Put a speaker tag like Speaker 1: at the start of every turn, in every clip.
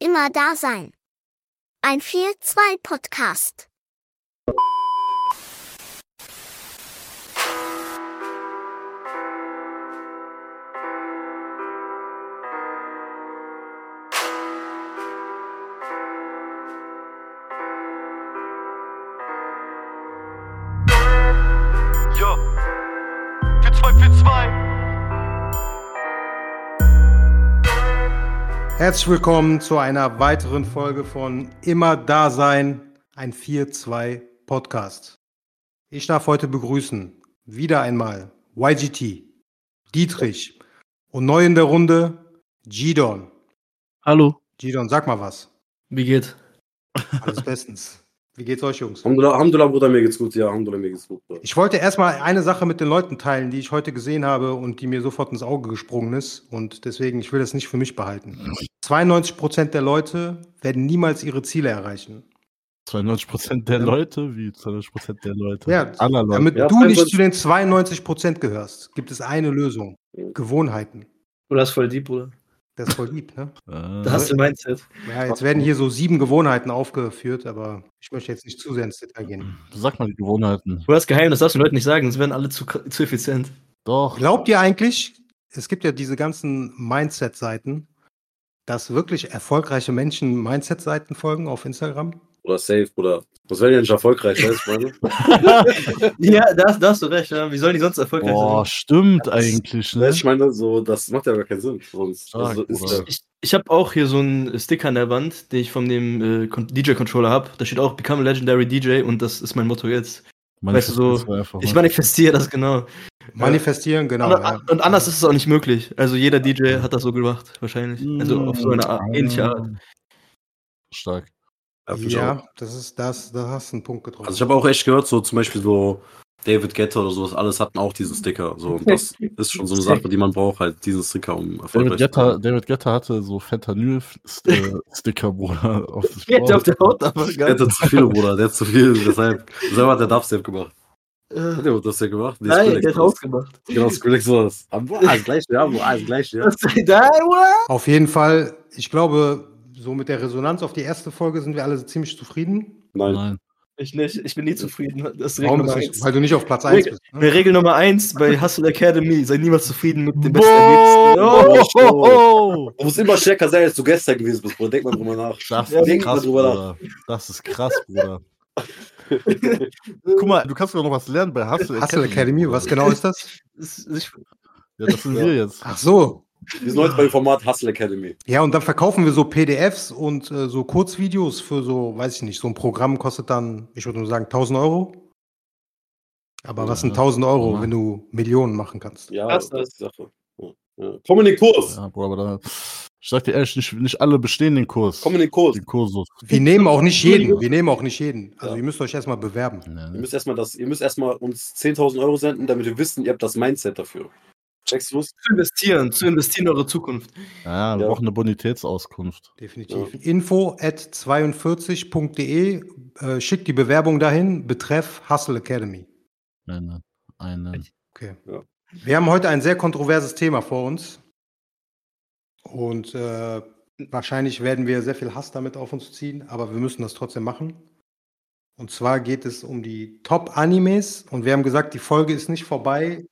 Speaker 1: immer da sein. Ein 4-2 Podcast.
Speaker 2: Ja. 4-2, 4-2.
Speaker 3: Herzlich willkommen zu einer weiteren Folge von Immer Dasein, ein 4-2 Podcast. Ich darf heute begrüßen, wieder einmal YGT, Dietrich und neu in der Runde Gidon.
Speaker 4: Hallo,
Speaker 3: Gidon, sag mal was.
Speaker 4: wie geht's?
Speaker 3: Alles bestens. Wie geht's euch, Jungs?
Speaker 5: Alhamdulillah, Alhamdulillah, Bruder, mir geht's gut, ja, Alhamdulillah, mir geht's gut. Bruder.
Speaker 3: Ich wollte erstmal eine Sache mit den Leuten teilen, die ich heute gesehen habe und die mir sofort ins Auge gesprungen ist. Und deswegen, ich will das nicht für mich behalten. 92 Prozent der Leute werden niemals ihre Ziele erreichen.
Speaker 6: 92% der Leute, wie 92% der Leute.
Speaker 3: Ja,
Speaker 6: aller Leute.
Speaker 3: Damit
Speaker 5: Ja,
Speaker 3: du nicht
Speaker 5: 25
Speaker 3: zu den 92 Prozent gehörst, gibt es eine Lösung.
Speaker 5: Mhm.
Speaker 3: Gewohnheiten.
Speaker 4: Bruder, das ist voll deep, Bruder.
Speaker 3: Das ist voll lieb, ne?
Speaker 6: Äh,
Speaker 4: Das hast du Mindset.
Speaker 3: Ja, jetzt werden hier so sieben Gewohnheiten aufgeführt, aber ich möchte jetzt nicht zu sehr ins Detail gehen.
Speaker 6: sag mal die Gewohnheiten.
Speaker 4: Bruder, das ist geheim, das darfst du den Leuten nicht sagen, sonst werden alle zu, kr- zu effizient.
Speaker 6: Doch.
Speaker 3: Glaubt ihr eigentlich, es gibt ja diese ganzen Mindset-Seiten, dass wirklich erfolgreiche Menschen Mindset-Seiten folgen auf Instagram?
Speaker 5: Bruder, safe, Bruder. Das wäre ja nicht erfolgreich, weißt du, meine?
Speaker 4: Ja, da, hast- da hast du recht, ja. Wie sollen die sonst erfolgreich
Speaker 6: Boah, stimmt eigentlich, ne?
Speaker 5: Weißt du, Ich meine, so, das macht ja gar keinen Sinn. Sonst.
Speaker 6: Stark,
Speaker 5: Also, ist
Speaker 6: Bruder.
Speaker 5: ja,
Speaker 4: sein? Ich, ich habe auch hier so einen Sticker an der Wand, den ich von dem äh, Con- DJ-Controller habe. Da steht auch Become a Legendary DJ und das ist mein Motto jetzt. weißt du, so,
Speaker 6: Manifestieren einfach,
Speaker 4: Ich
Speaker 6: ne?
Speaker 4: manifestiere das genau.
Speaker 3: Manifestieren, genau.
Speaker 4: Aber-
Speaker 3: ja.
Speaker 4: Und anders ist es auch nicht möglich. Also jeder DJ hat das so gemacht, wahrscheinlich.
Speaker 6: Hm,
Speaker 4: Also auf so eine Art, ähnliche Art.
Speaker 6: Stark.
Speaker 5: hab ich auch.
Speaker 3: Ja, das ist das, da hast du einen Punkt getroffen.
Speaker 5: Also, ich habe auch echt gehört, so zum Beispiel so David Guetta oder sowas, alles hatten auch diesen Sticker. So, und das ist schon so eine Sache, die man braucht, halt, diesen Sticker, um
Speaker 6: David
Speaker 5: erfolgreich zu
Speaker 6: Guetta,
Speaker 5: sein.
Speaker 6: David Guetta hatte so Fentanyl-Sticker, Bruder. Auf das
Speaker 4: Jetzt
Speaker 6: Board.
Speaker 4: auf der Haut, aber
Speaker 5: Der
Speaker 4: geil.
Speaker 5: hatte zu viele, Bruder, der hat zu viel, deshalb, deshalb hat der Dubstep gemacht. Hat
Speaker 4: Äh,
Speaker 5: der Dubstep gemacht? Nee,
Speaker 4: Nein,
Speaker 5: Skrillex
Speaker 4: der hat
Speaker 5: war's.
Speaker 4: ausgemacht.
Speaker 5: Genau, Skrillex war das. Ah, das gleiche, ja, Bruder, ah, das gleiche, ja.
Speaker 3: Auf jeden Fall, ich glaube, so mit der Resonanz auf die erste Folge sind wir alle ziemlich zufrieden.
Speaker 5: Nein.
Speaker 6: Nein.
Speaker 4: Ich nicht, ich bin nie zufrieden. Das ist Regel
Speaker 3: Warum bist
Speaker 4: Nummer
Speaker 3: du nicht,
Speaker 4: eins.
Speaker 3: weil du nicht auf Platz 1 bist. Ne?
Speaker 4: Regel Nummer eins bei Hustle Academy, sei niemals zufrieden mit dem besten Ergebnis. No.
Speaker 6: Oh, oh, oh.
Speaker 5: Du musst immer stärker sein, als du gestern gewesen bist, Bruder. Denk mal drüber nach.
Speaker 6: Das
Speaker 4: Ja,
Speaker 6: ist
Speaker 5: denk mal
Speaker 6: krass,
Speaker 5: drüber nach.
Speaker 6: Bruder. Das ist krass, Bruder. Guck mal, du kannst sogar noch was lernen bei Hustle
Speaker 3: Hustle Academy, was genau ist das?
Speaker 4: Das ist nicht-
Speaker 6: Ja, das sind
Speaker 5: Ja.
Speaker 6: wir jetzt.
Speaker 3: Ach so.
Speaker 5: Wir sind heute beim Format Hustle Academy.
Speaker 3: Ja, und dann verkaufen wir so PDFs und äh, so Kurzvideos für so, weiß ich nicht, so ein Programm kostet dann, ich würde nur sagen, 1000 Euro. Aber was sind
Speaker 6: Ja.
Speaker 3: 1000 Euro,
Speaker 6: Ja.
Speaker 3: wenn du Millionen machen kannst?
Speaker 5: Ja,
Speaker 4: Krass,
Speaker 5: das ist die Sache. Ja. Ja. Komm in den Kurs!
Speaker 6: Ja, Äh, Bro, aber da, ich sag dir ehrlich, nicht, nicht alle bestehen den Kurs.
Speaker 5: Komm in den Kurs!
Speaker 6: den Kursus.
Speaker 3: Wir nehmen auch nicht jeden. Wir nehmen auch nicht jeden. Also
Speaker 5: Ja.
Speaker 3: ihr müsst euch erstmal bewerben.
Speaker 5: Ihr
Speaker 6: Nee.
Speaker 5: müsst erstmal das, ihr müsst erstmal uns 10.000 Euro senden, damit wir wissen, ihr habt das Mindset dafür. Checkst du's?
Speaker 4: Zu investieren, zu investieren in eure Zukunft.
Speaker 6: Ja, wir
Speaker 5: Ja.
Speaker 6: brauchen eine Bonitätsauskunft.
Speaker 3: Definitiv. Info at 42.de. Äh, schickt die Bewerbung dahin. Betreff Hustle Academy.
Speaker 6: Eine, eine.
Speaker 3: Okay.
Speaker 5: Ja.
Speaker 3: Wir haben heute ein sehr kontroverses Thema vor uns. Und äh, wahrscheinlich werden wir sehr viel Hass damit auf uns ziehen, aber wir müssen das trotzdem machen. Und zwar geht es um die Top-Animes. Und wir haben gesagt, die Folge ist nicht vorbei.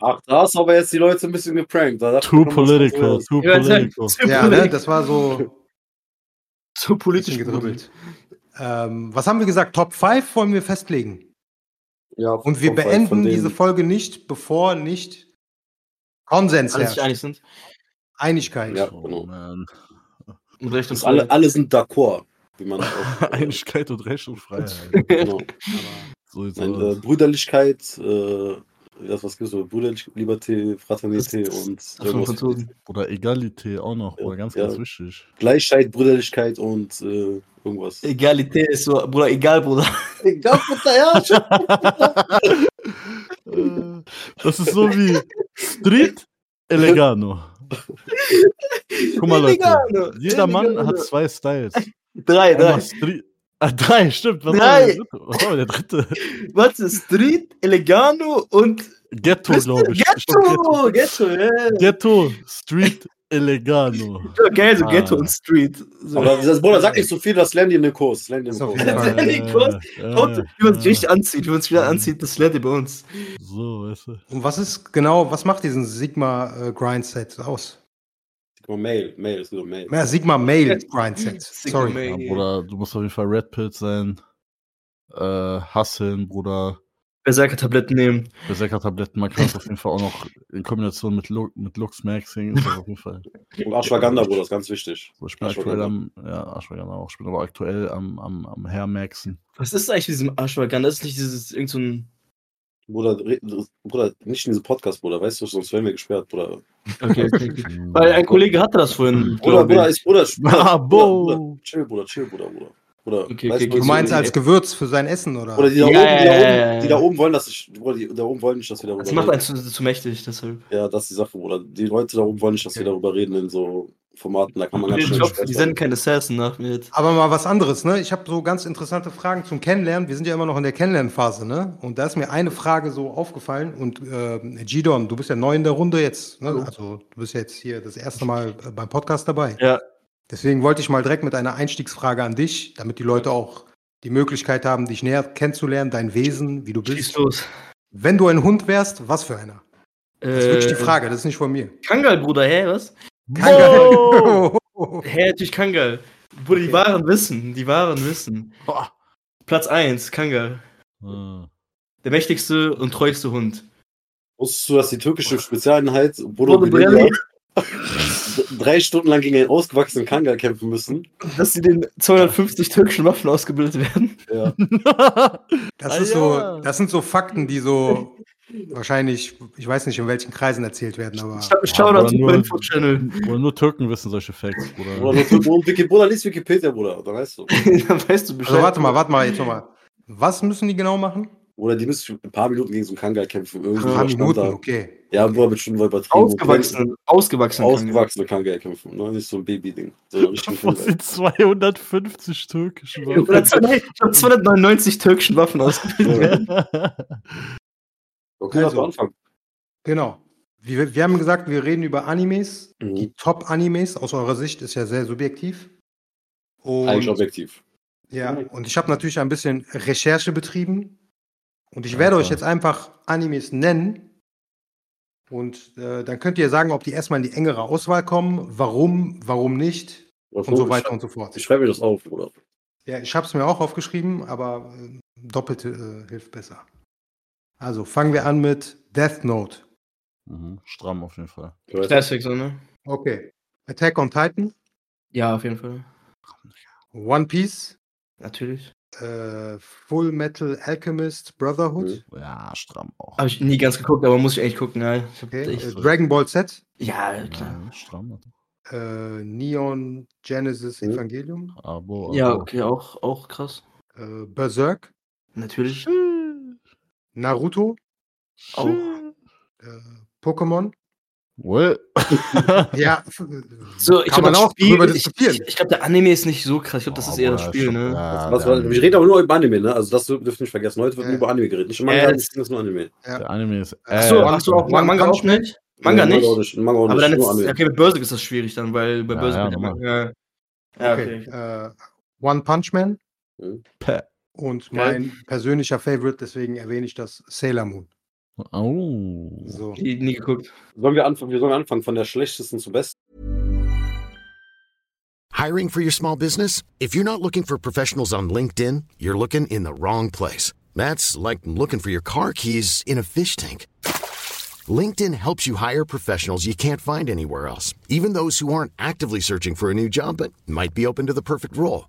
Speaker 5: Ach, da hast du aber jetzt die Leute ein bisschen geprankt. Da dachte
Speaker 6: Too
Speaker 5: ich, komm, was
Speaker 6: political,
Speaker 5: kommt
Speaker 6: too
Speaker 4: Ich würd sagen,
Speaker 6: political.
Speaker 4: zu
Speaker 3: Ja, ne?
Speaker 4: politisch-
Speaker 3: das war so
Speaker 4: zu
Speaker 3: ein bisschen
Speaker 4: politisch
Speaker 3: gedribbelt. Ähm, was haben wir gesagt? Top 5 wollen wir festlegen.
Speaker 5: Ja,
Speaker 3: Und wir
Speaker 5: kommt halt
Speaker 3: beenden
Speaker 5: von denen.
Speaker 3: diese Folge nicht, bevor nicht Konsens
Speaker 4: Alle sich
Speaker 3: herrscht.
Speaker 4: einig sind.
Speaker 3: Einigkeit.
Speaker 5: Ja, genau.
Speaker 6: Oh, man.
Speaker 4: Mit Recht und
Speaker 5: Das alle, alle sind d'accord, wie man auch.
Speaker 6: Einigkeit und Recht und Freiheit.
Speaker 5: genau.
Speaker 6: So jetzt
Speaker 5: Nein, äh, Brüderlichkeit, äh, das was gibt's, so Brüderlichkeit, Liberté, Fraternité und
Speaker 4: Das von Franzosen.
Speaker 6: Oder Egalität auch noch, oder ganz,
Speaker 5: Ja.
Speaker 6: ganz wichtig.
Speaker 5: Gleichheit, Brüderlichkeit und äh, irgendwas.
Speaker 4: Egalität ist so, Bruder, egal, Bruder.
Speaker 5: Egal, Bruder, ja, schon.
Speaker 6: Äh, das ist so wie Street Elegano. Guck mal,
Speaker 4: Elegano,
Speaker 6: Leute. Jeder Mann
Speaker 4: Elegano.
Speaker 6: hat zwei Styles.
Speaker 4: Drei,
Speaker 6: Einmal
Speaker 4: drei.
Speaker 6: Street. Ah, drei, stimmt. Was
Speaker 4: Drei.
Speaker 6: war der dritte? Was war der dritte?
Speaker 4: Was ist Street, Elegano und
Speaker 6: Ghetto, glaube ich. Ich
Speaker 4: Ghetto,
Speaker 6: glaub,
Speaker 4: Ghetto, ja.
Speaker 6: Ghetto, Street, Elegano.
Speaker 4: Ja, geil, so
Speaker 6: Ah.
Speaker 4: Ghetto und Street. So.
Speaker 5: Aber das, Bruder, sag nicht so viel, das lernt ihr in den Kurs. Das lernt ihr in
Speaker 3: Ist
Speaker 5: den
Speaker 3: auf
Speaker 5: Kurs.
Speaker 3: jeden Fall.
Speaker 4: Äh, Nikos, Hauptsache, wie man sich richtig anzieht, wie man sich wieder anzieht, das lernt ihr bei uns.
Speaker 6: So, weißt du.
Speaker 3: Und was ist genau, was macht diesen Sigma äh, Grindset aus?
Speaker 5: Guck mal, Mail, Mail, es geht um Mail.
Speaker 3: Ja, Sigma Male Grindset. Sorry.
Speaker 6: Ja, Bruder, du musst auf jeden Fall Red Pill sein. Äh, hustlen, Bruder.
Speaker 4: Berserker-Tabletten nehmen.
Speaker 6: Berserker-Tabletten, man kann es auf jeden Fall auch noch in Kombination mit, Lu mit Lux Maxing. Ist das auf jeden Fall
Speaker 5: Und Ashwagandha, Bruder, das ist ganz wichtig.
Speaker 6: So, ich bin aktuell am, ja, Ashwagandha auch, ich bin aber aktuell am, am, am Hermaxen.
Speaker 4: Was ist eigentlich mit diesem Ashwagandha? Das ist nicht dieses, irgend so ein...
Speaker 5: Bruder, re- Bruder, nicht in diesem Podcast, Bruder, weißt du, sonst werden wir gesperrt, Bruder.
Speaker 4: Okay, Weil ein Kollege hatte das vorhin.
Speaker 5: Bruder,
Speaker 4: glaub ich.
Speaker 5: Bruder, ist Bruder. Bruder, Bruder,
Speaker 6: Bravo!
Speaker 5: Bruder, chill, Bruder, chill, Bruder, Bruder. Bruder,
Speaker 4: Okay,
Speaker 5: weißt
Speaker 4: okay,
Speaker 5: du,
Speaker 3: Du meinst
Speaker 5: die-
Speaker 3: als Gewürz für sein Essen, oder?
Speaker 5: Oder die da,
Speaker 4: Ja,
Speaker 5: oben,
Speaker 4: ja,
Speaker 5: die, da
Speaker 4: ja, ja,
Speaker 5: oben,
Speaker 4: ja.
Speaker 5: die da oben wollen, dass ich. Bruder, die da oben wollen nicht, dass wir darüber
Speaker 4: Das macht einen
Speaker 5: reden.
Speaker 4: zu, zu mächtig, deshalb.
Speaker 5: Ja, das ist die Sache, Bruder. Die Leute da oben wollen nicht, dass wir darüber reden in so Formaten. Da kann man ganz
Speaker 4: Ich
Speaker 5: schön.
Speaker 4: glaub,
Speaker 5: Spaß
Speaker 4: die
Speaker 5: haben.
Speaker 4: senden keine ne? Assassin nach mir jetzt.
Speaker 3: Aber mal was anderes, ne? Ich habe so ganz interessante Fragen zum Kennenlernen. Wir sind ja immer noch in der Kennenlernphase, ne? Und da ist mir eine Frage so aufgefallen. Und äh, Gidon, du bist ja neu in der Runde jetzt, ne?
Speaker 4: Hallo.
Speaker 3: Also du bist jetzt hier das erste Mal äh, beim Podcast dabei.
Speaker 4: Ja.
Speaker 3: Deswegen wollte ich mal direkt mit einer Einstiegsfrage an dich, damit die Leute auch die Möglichkeit haben, dich näher kennenzulernen, dein Wesen, wie du
Speaker 4: Schieß
Speaker 3: bist.
Speaker 4: los.
Speaker 3: Wenn du ein Hund wärst, was für einer? Das ist wirklich die Frage, das ist nicht von mir.
Speaker 4: äh, Kangal, Bruder, hä, was?
Speaker 3: Kein-
Speaker 4: Hä, natürlich Kangal. Bruder, die
Speaker 3: Okay.
Speaker 4: wahren wissen, die wahren wissen.
Speaker 6: Boah.
Speaker 4: Platz 1, Kangal.
Speaker 6: Äh,
Speaker 4: Der mächtigste und treueste Hund.
Speaker 5: Wusstest du, dass die türkische Spezialeinheit Bodo
Speaker 4: Bruder,
Speaker 5: Bedelia drei Stunden lang gegen einen ausgewachsenen Kangal kämpfen müssen?
Speaker 4: dass sie den 250 türkischen Waffen ausgebildet werden.
Speaker 5: Ja.
Speaker 3: Das,
Speaker 6: Ah,
Speaker 3: ist
Speaker 6: ja.
Speaker 3: so, das sind so Fakten, die so wahrscheinlich, ich weiß nicht, in welchen Kreisen erzählt werden, Ah, aber
Speaker 4: Ich glaube, schau
Speaker 6: Ja,
Speaker 4: da
Speaker 6: aber
Speaker 4: zum
Speaker 6: nur-
Speaker 4: Info-Channel.
Speaker 6: Oder nur Türken wissen solche Facts, Bruder.
Speaker 5: Bruder, nur Tür- und Wiki, Bruder, lies Wikipedia, Bruder, dann weißt du.
Speaker 4: da weißt du Bescheid.
Speaker 3: also warte mal, warte mal,
Speaker 5: Hm.
Speaker 3: jetzt nochmal. Was müssen die genau machen?
Speaker 5: Bruder, die müssen ein paar Minuten gegen so einen Kangal kämpfen. Irgendwie
Speaker 3: Ein
Speaker 5: so
Speaker 3: paar
Speaker 5: stand
Speaker 3: Minuten,
Speaker 5: da.
Speaker 3: okay.
Speaker 5: Ja, Bruder, mit Stunden übertrieben.
Speaker 4: Ausgewachsen. Ausgewachsen.
Speaker 5: Ausgewachsene Kangal kämpfen, ne? nicht so ein Baby-Ding. So ein richtiger
Speaker 6: Was
Speaker 5: Kangal.
Speaker 6: sind 250 türkische
Speaker 4: Oder 299 türkischen Waffen ausgebildet werden.
Speaker 5: Okay, lass
Speaker 3: Also.
Speaker 5: mal anfangen.
Speaker 3: Genau. Wir, wir haben gesagt, wir reden über Animes.
Speaker 5: Mhm.
Speaker 3: Die Top-Animes aus eurer Sicht ist ja sehr subjektiv. Und,
Speaker 5: Eigentlich objektiv.
Speaker 3: ja, und ich habe natürlich ein bisschen Recherche betrieben. Und ich werde euch jetzt einfach Animes nennen. Und äh, dann könnt ihr sagen, ob die erstmal in die engere Auswahl kommen, warum, warum nicht,
Speaker 5: Oder
Speaker 3: und so
Speaker 5: Oh, ich
Speaker 3: weiter
Speaker 5: schreib-
Speaker 3: und so fort.
Speaker 5: Ich schreibe mir das auf, Bruder.
Speaker 3: Ja, ich habe es mir auch aufgeschrieben, aber äh, doppelte äh, hilft besser. Also fangen wir an mit Death Note.
Speaker 6: Mhm, stramm auf jeden Fall.
Speaker 5: Ich weiß-
Speaker 4: Classic, so, ne?
Speaker 3: Okay. Attack on Titan,
Speaker 4: Ja, auf jeden Fall.
Speaker 3: One Piece,
Speaker 4: Natürlich.
Speaker 3: äh, Full Metal Alchemist Brotherhood,
Speaker 6: Ja, stramm auch.
Speaker 4: Habe ich nie ganz geguckt, aber muss ich eigentlich gucken, ja.
Speaker 5: Hm.
Speaker 4: Ich hab
Speaker 3: okay.
Speaker 4: echt-
Speaker 3: äh,
Speaker 6: so.
Speaker 3: Dragon Ball Z,
Speaker 4: ja, klar.
Speaker 6: ja, stramm.
Speaker 3: äh, Neon Genesis
Speaker 5: Mhm.
Speaker 3: Evangelium,
Speaker 6: Abo, Abo.
Speaker 4: Ja, okay, auch, auch krass.
Speaker 3: äh, Berserk,
Speaker 4: Natürlich.
Speaker 3: Naruto,
Speaker 4: Auch.
Speaker 3: äh, Pokémon.
Speaker 6: Well.
Speaker 3: Ja, f-
Speaker 4: So, ich
Speaker 3: kann
Speaker 4: glaub,
Speaker 3: man
Speaker 4: das
Speaker 3: auch
Speaker 4: Spiel-
Speaker 3: drüber
Speaker 4: ich-
Speaker 3: diskutieren.
Speaker 4: Ich, ich glaube, der Anime ist nicht so krass. Ich glaube, das ist
Speaker 6: Boah,
Speaker 4: eher das
Speaker 6: Bruder,
Speaker 4: Spiel,
Speaker 6: schon-
Speaker 4: ne?
Speaker 6: Ja,
Speaker 5: Was,
Speaker 6: der
Speaker 5: was, ich rede aber nur über Anime, ne? Also das dürfen wir nicht vergessen. Heute wird
Speaker 3: Ah, Ja. Äh,
Speaker 5: nur über Anime geredet. Nicht über
Speaker 4: Ja,
Speaker 5: Manga,
Speaker 4: das-
Speaker 5: das ist nur Anime.
Speaker 6: Der Anime ist.
Speaker 4: Achso,
Speaker 3: One-
Speaker 6: Äh,
Speaker 4: achso, auch
Speaker 3: One
Speaker 4: Manga
Speaker 3: Punch
Speaker 4: auch nicht? Manga
Speaker 5: Nee,
Speaker 4: nicht?
Speaker 5: Manga auch nicht. Manga auch
Speaker 4: Aber
Speaker 5: nicht.
Speaker 4: dann ist,
Speaker 5: nur Anime.
Speaker 4: okay, mit Berserk ist das schwierig dann, weil bei
Speaker 6: Ja,
Speaker 4: Berserk.
Speaker 6: ja,
Speaker 4: Ja, ja, okay.
Speaker 3: Okay. Äh, One Punch Man.
Speaker 5: Mhm.
Speaker 6: Päh.
Speaker 3: Und
Speaker 4: Geil.
Speaker 3: mein persönlicher Favorite, deswegen erwähne ich das, Sailor Moon.
Speaker 6: oh.
Speaker 3: So.
Speaker 5: Mhm.
Speaker 4: Nie, nie geguckt.
Speaker 5: Sollen wir anfangen? Wir sollen anfangen von der schlechtesten zur besten.
Speaker 7: Hiring for your small business? If you're not looking for professionals on LinkedIn, you're looking in the wrong place. That's like looking for your car keys in a fish tank. LinkedIn helps you hire professionals you can't find anywhere else, even those who aren't actively searching for a new job but might be open to the perfect role.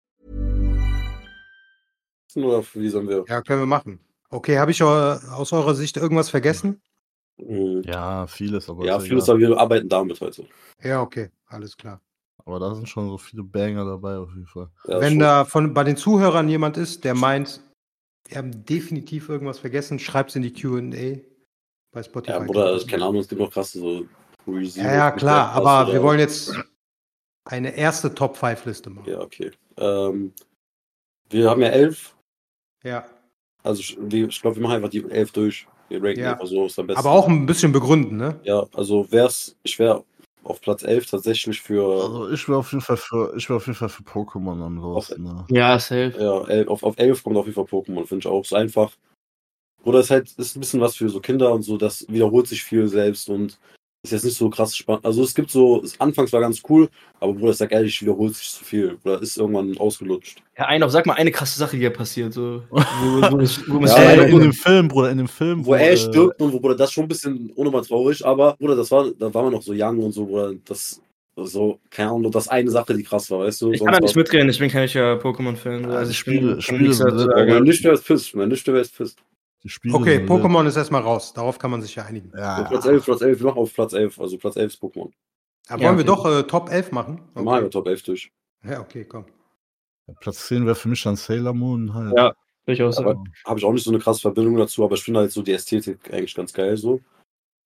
Speaker 5: Nur auf, wie sollen wir?
Speaker 3: Ja, können wir machen. Okay, habe ich eu- aus eurer Sicht irgendwas vergessen?
Speaker 5: Mhm.
Speaker 6: Ja, vieles, aber.
Speaker 5: Ja,
Speaker 6: ist
Speaker 5: vieles,
Speaker 6: egal.
Speaker 5: aber wir arbeiten damit heute.
Speaker 3: Ja, okay, alles klar.
Speaker 6: Aber da sind schon so viele Banger dabei auf jeden Fall.
Speaker 5: Ja,
Speaker 3: Wenn
Speaker 5: schon.
Speaker 3: da von, bei den Zuhörern jemand ist, der meint, wir haben definitiv irgendwas vergessen, schreibt es in die QA bei Spotify.
Speaker 5: ja, Bruder, das- keine Ahnung, es gibt noch krasse so Re-Zero-
Speaker 3: Ja, ja, klar,
Speaker 5: Podcasts
Speaker 3: aber
Speaker 5: oder-
Speaker 3: wir wollen jetzt eine erste Top-5-Liste machen.
Speaker 5: Ja, okay. Ähm, wir haben ja elf,
Speaker 3: Ja.
Speaker 5: also ich, wir- ich glaube, wir machen einfach die elf durch. Wir ranken
Speaker 3: Ja.
Speaker 5: einfach so ist am besten.
Speaker 3: Aber auch ein bisschen begründen, ne?
Speaker 5: Ja, also wär's, ich wäre auf Platz elf tatsächlich für
Speaker 6: Also ich wäre auf jeden Fall für ich wäre auf jeden Fall für Pokémon am losen. Ne?
Speaker 4: Ja, safe.
Speaker 5: Ja, elf, auf, auf 11 kommt auf jeden Fall Pokémon, finde ich auch. Ist einfach. Oder ist halt, ist ein bisschen was für so Kinder und so, das wiederholt sich viel selbst und ist jetzt nicht so krass spannend. Also es gibt so, es, anfangs war ganz cool, aber Bruder, ich sag ehrlich, wiederholt sich zu viel. Oder ist irgendwann ausgelutscht.
Speaker 4: Ja, ein, sag mal eine krasse Sache, die ja passiert. So. Wo, wo, wo, wo
Speaker 5: Ja,
Speaker 4: ja,
Speaker 5: ja,
Speaker 6: Ey, in dem Film, Bruder, in dem Film.
Speaker 5: Wo er
Speaker 6: äh,
Speaker 5: stirbt und wo Bruder, das ist schon ein bisschen unnormal traurig, aber Bruder, das war, da waren wir noch so young und so, Bruder, das so, keine Ahnung, nur das eine Sache, die krass war, weißt du?
Speaker 4: Ich kann da nicht
Speaker 5: war,
Speaker 4: mitreden, ich bin kein richtiger Pokémon-Fan.
Speaker 6: Ja,
Speaker 4: Also ich
Speaker 6: Spiele-
Speaker 4: bin,
Speaker 6: Spiele
Speaker 4: nichts
Speaker 6: sind
Speaker 4: dazu
Speaker 6: sehr-
Speaker 5: Ja,
Speaker 4: sagen.
Speaker 5: Wenn nicht, wäre es pisst. Wenn nicht, wäre es pisst.
Speaker 6: die
Speaker 4: Mhm.
Speaker 6: Spiele
Speaker 3: Okay,
Speaker 6: sind- ne?
Speaker 3: Pokémon ist erstmal raus. Darauf kann man sich ja einigen.
Speaker 5: So,
Speaker 6: Ja,
Speaker 4: Ah.
Speaker 5: Platz 11, Platz 11, wir machen auf Platz 11, also Platz 11 ist Pokémon.
Speaker 3: Aber
Speaker 4: Ja,
Speaker 3: wollen wir
Speaker 4: okay.
Speaker 3: doch äh, Top 11 machen?
Speaker 5: Dann machen wir Top 11 durch.
Speaker 3: Ja, okay, komm.
Speaker 6: Platz 10 wäre für mich dann Sailor Moon halt.
Speaker 4: Ja. Würde ich auch sagen.
Speaker 5: Aber habe ich auch nicht so eine krasse Verbindung dazu, aber ich finde halt so die Ästhetik eigentlich ganz geil so.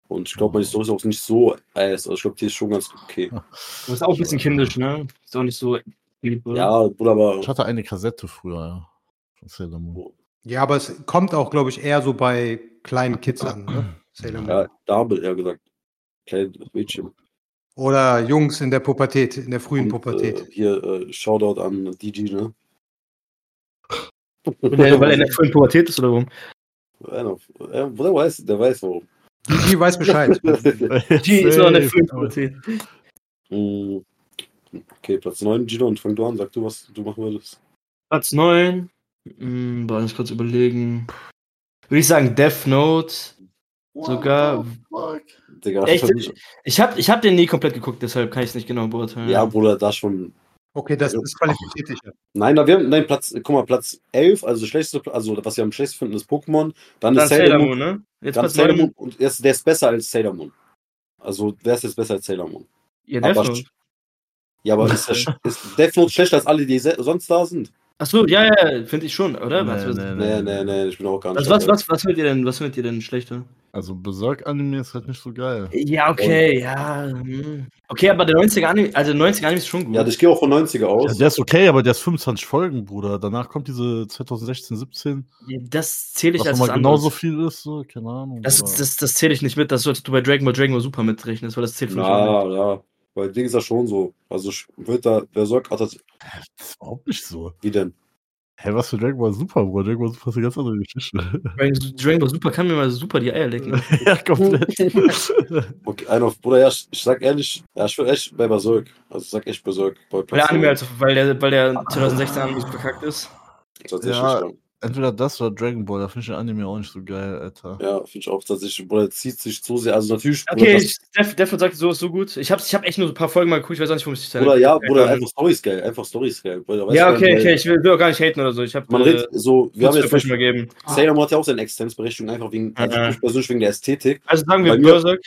Speaker 5: Und ich glaube, meine Story ist auch nicht so als, also ich glaube, die ist schon ganz okay.
Speaker 4: Du bist auch ein bisschen kindisch, ne? Ist auch nicht so lieb, oder?
Speaker 5: Ja, Bruder, aber
Speaker 6: Ich hatte eine Kassette früher, ja. Von Sailor Moon.
Speaker 3: Ja, aber es kommt auch, glaube ich, eher so bei kleinen Kids an. Ne? Sailor Moon.
Speaker 5: ja, da habe ich eher gesagt, kleine Mädchen.
Speaker 3: Oder Jungs in der Pubertät, in der frühen
Speaker 5: Und,
Speaker 3: Pubertät.
Speaker 5: Äh, hier, äh, Shoutout an DG, ne?
Speaker 4: Weil weil er in der frühen Pubertät ist oder warum?
Speaker 5: Einer- äh, Bruder weiß, der weiß warum.
Speaker 3: Die weiß Bescheid.
Speaker 4: Die ist noch in der frühen
Speaker 6: Safe.
Speaker 4: Pubertät.
Speaker 5: Mm. Okay, Platz 9, Gino, und fang du an, sag du, was du machen würdest.
Speaker 4: Platz 9. Hm, boah, lass kurz überlegen. Würde ich sagen Death Note. Sogar.
Speaker 5: Digga,
Speaker 4: Echt? Ich hab, ich hab den nie komplett geguckt, deshalb kann ich es nicht genau beurteilen.
Speaker 5: ja, Bruder, da schon
Speaker 3: Okay, das disqualifiziert dich. ja.
Speaker 5: Nein, da wir haben, nein, Platz, guck mal, Platz 11, also schlechteste, also was wir am schlechtesten finden, ist Pokémon, dann,
Speaker 4: Dann
Speaker 5: ist Sailor Moon,
Speaker 4: ne? Jetzt
Speaker 5: dann
Speaker 4: Platz
Speaker 5: Sailor
Speaker 4: 9.
Speaker 5: Moon und der ist, der ist besser als Sailor Moon. Also, der ist jetzt besser als Sailor Moon.
Speaker 4: Ja, Death
Speaker 5: Aber,
Speaker 4: Note.
Speaker 5: ja, aber ist, der, sch- ist Death Note schlechter als alle, die se- sonst da sind?
Speaker 4: Achso, ja, ja, finde ich schon, oder? was, was,
Speaker 5: Nee, nee, nee, ich bin auch gar
Speaker 4: was,
Speaker 5: nicht.
Speaker 4: was, Also
Speaker 5: dabei.
Speaker 4: was, was findet ihr denn, was findet ihr denn schlechter?
Speaker 6: Also Berserk-Anime ist halt nicht so geil.
Speaker 4: Ja, okay, ja. hm. Okay, aber der 90er Anime, also 90er Anime ist schon gut.
Speaker 5: Ja, ich gehe auch von 90er
Speaker 6: Ja,
Speaker 5: aus.
Speaker 6: der ist okay, aber der ist 25 Folgen, Bruder. Danach kommt diese 2016, 17,
Speaker 4: Ja, das zähle ich
Speaker 6: was
Speaker 4: als
Speaker 6: nochmal
Speaker 4: was
Speaker 6: genauso
Speaker 4: anderes.
Speaker 6: viel ist, so, keine Ahnung.
Speaker 4: Das,
Speaker 6: aber-
Speaker 4: das, das zähle ich nicht mit, das solltest du bei Dragon Ball Dragon Ball Super mitrechnest, weil das zählt für mich auch
Speaker 5: Ja, ja, weil Ding ist ja schon so. Also, ich- wird da, wer sagt, hat das,
Speaker 6: das ist überhaupt nicht so.
Speaker 5: wie denn?
Speaker 6: Hä, was für Dragon Ball Super, Bruder? Dragon Ball Super ist eine ganz andere Geschichte.
Speaker 4: nicht. Dragon, Dragon Ball Super kann mir mal super die Eier lecken.
Speaker 6: ja, komplett.
Speaker 5: Okay, einer, Bruder, ja, ich, ich sag ehrlich, ja, ich bin echt bei Berserk. Also, ich sag echt Berserk. Bei
Speaker 4: Weil
Speaker 5: Platz
Speaker 4: der Anime,
Speaker 5: neun.
Speaker 4: also, weil der, weil der 2016 Anime so verkackt ist.
Speaker 5: Tatsächlich,
Speaker 6: Ja.
Speaker 5: ja.
Speaker 6: Entweder das oder Dragon Ball, da finde ich den Anime auch nicht so geil, Alter.
Speaker 5: Ja, finde ich auch tatsächlich, Bruder, zieht sich zu sehr. Also natürlich, Bruder,
Speaker 4: Okay,
Speaker 5: das,
Speaker 4: ich, Def, Def sagt, so ist so gut. Ich, hab's, ich hab echt nur so ein paar Folgen mal geguckt, ich weiß auch nicht, wo ich dich
Speaker 5: Bruder, ja, Bruder,
Speaker 4: Ja,
Speaker 5: einfach Storys geil, einfach Storys geil. Bruder, weißt
Speaker 4: ja,
Speaker 5: du,
Speaker 4: okay,
Speaker 5: weil
Speaker 4: okay, ich will, will auch gar nicht haten oder so. Ich hab,
Speaker 5: Man
Speaker 4: äh,
Speaker 5: redet so, wir haben
Speaker 4: kurz
Speaker 5: jetzt,
Speaker 4: dafür schon mal geben.
Speaker 5: Sailor Moon hat ja auch seine Existenzberechtigung, einfach wegen, also
Speaker 4: Mhm.
Speaker 5: ich persönlich wegen der Ästhetik.
Speaker 4: Also sagen wir
Speaker 5: Bei mir-
Speaker 4: Berserk.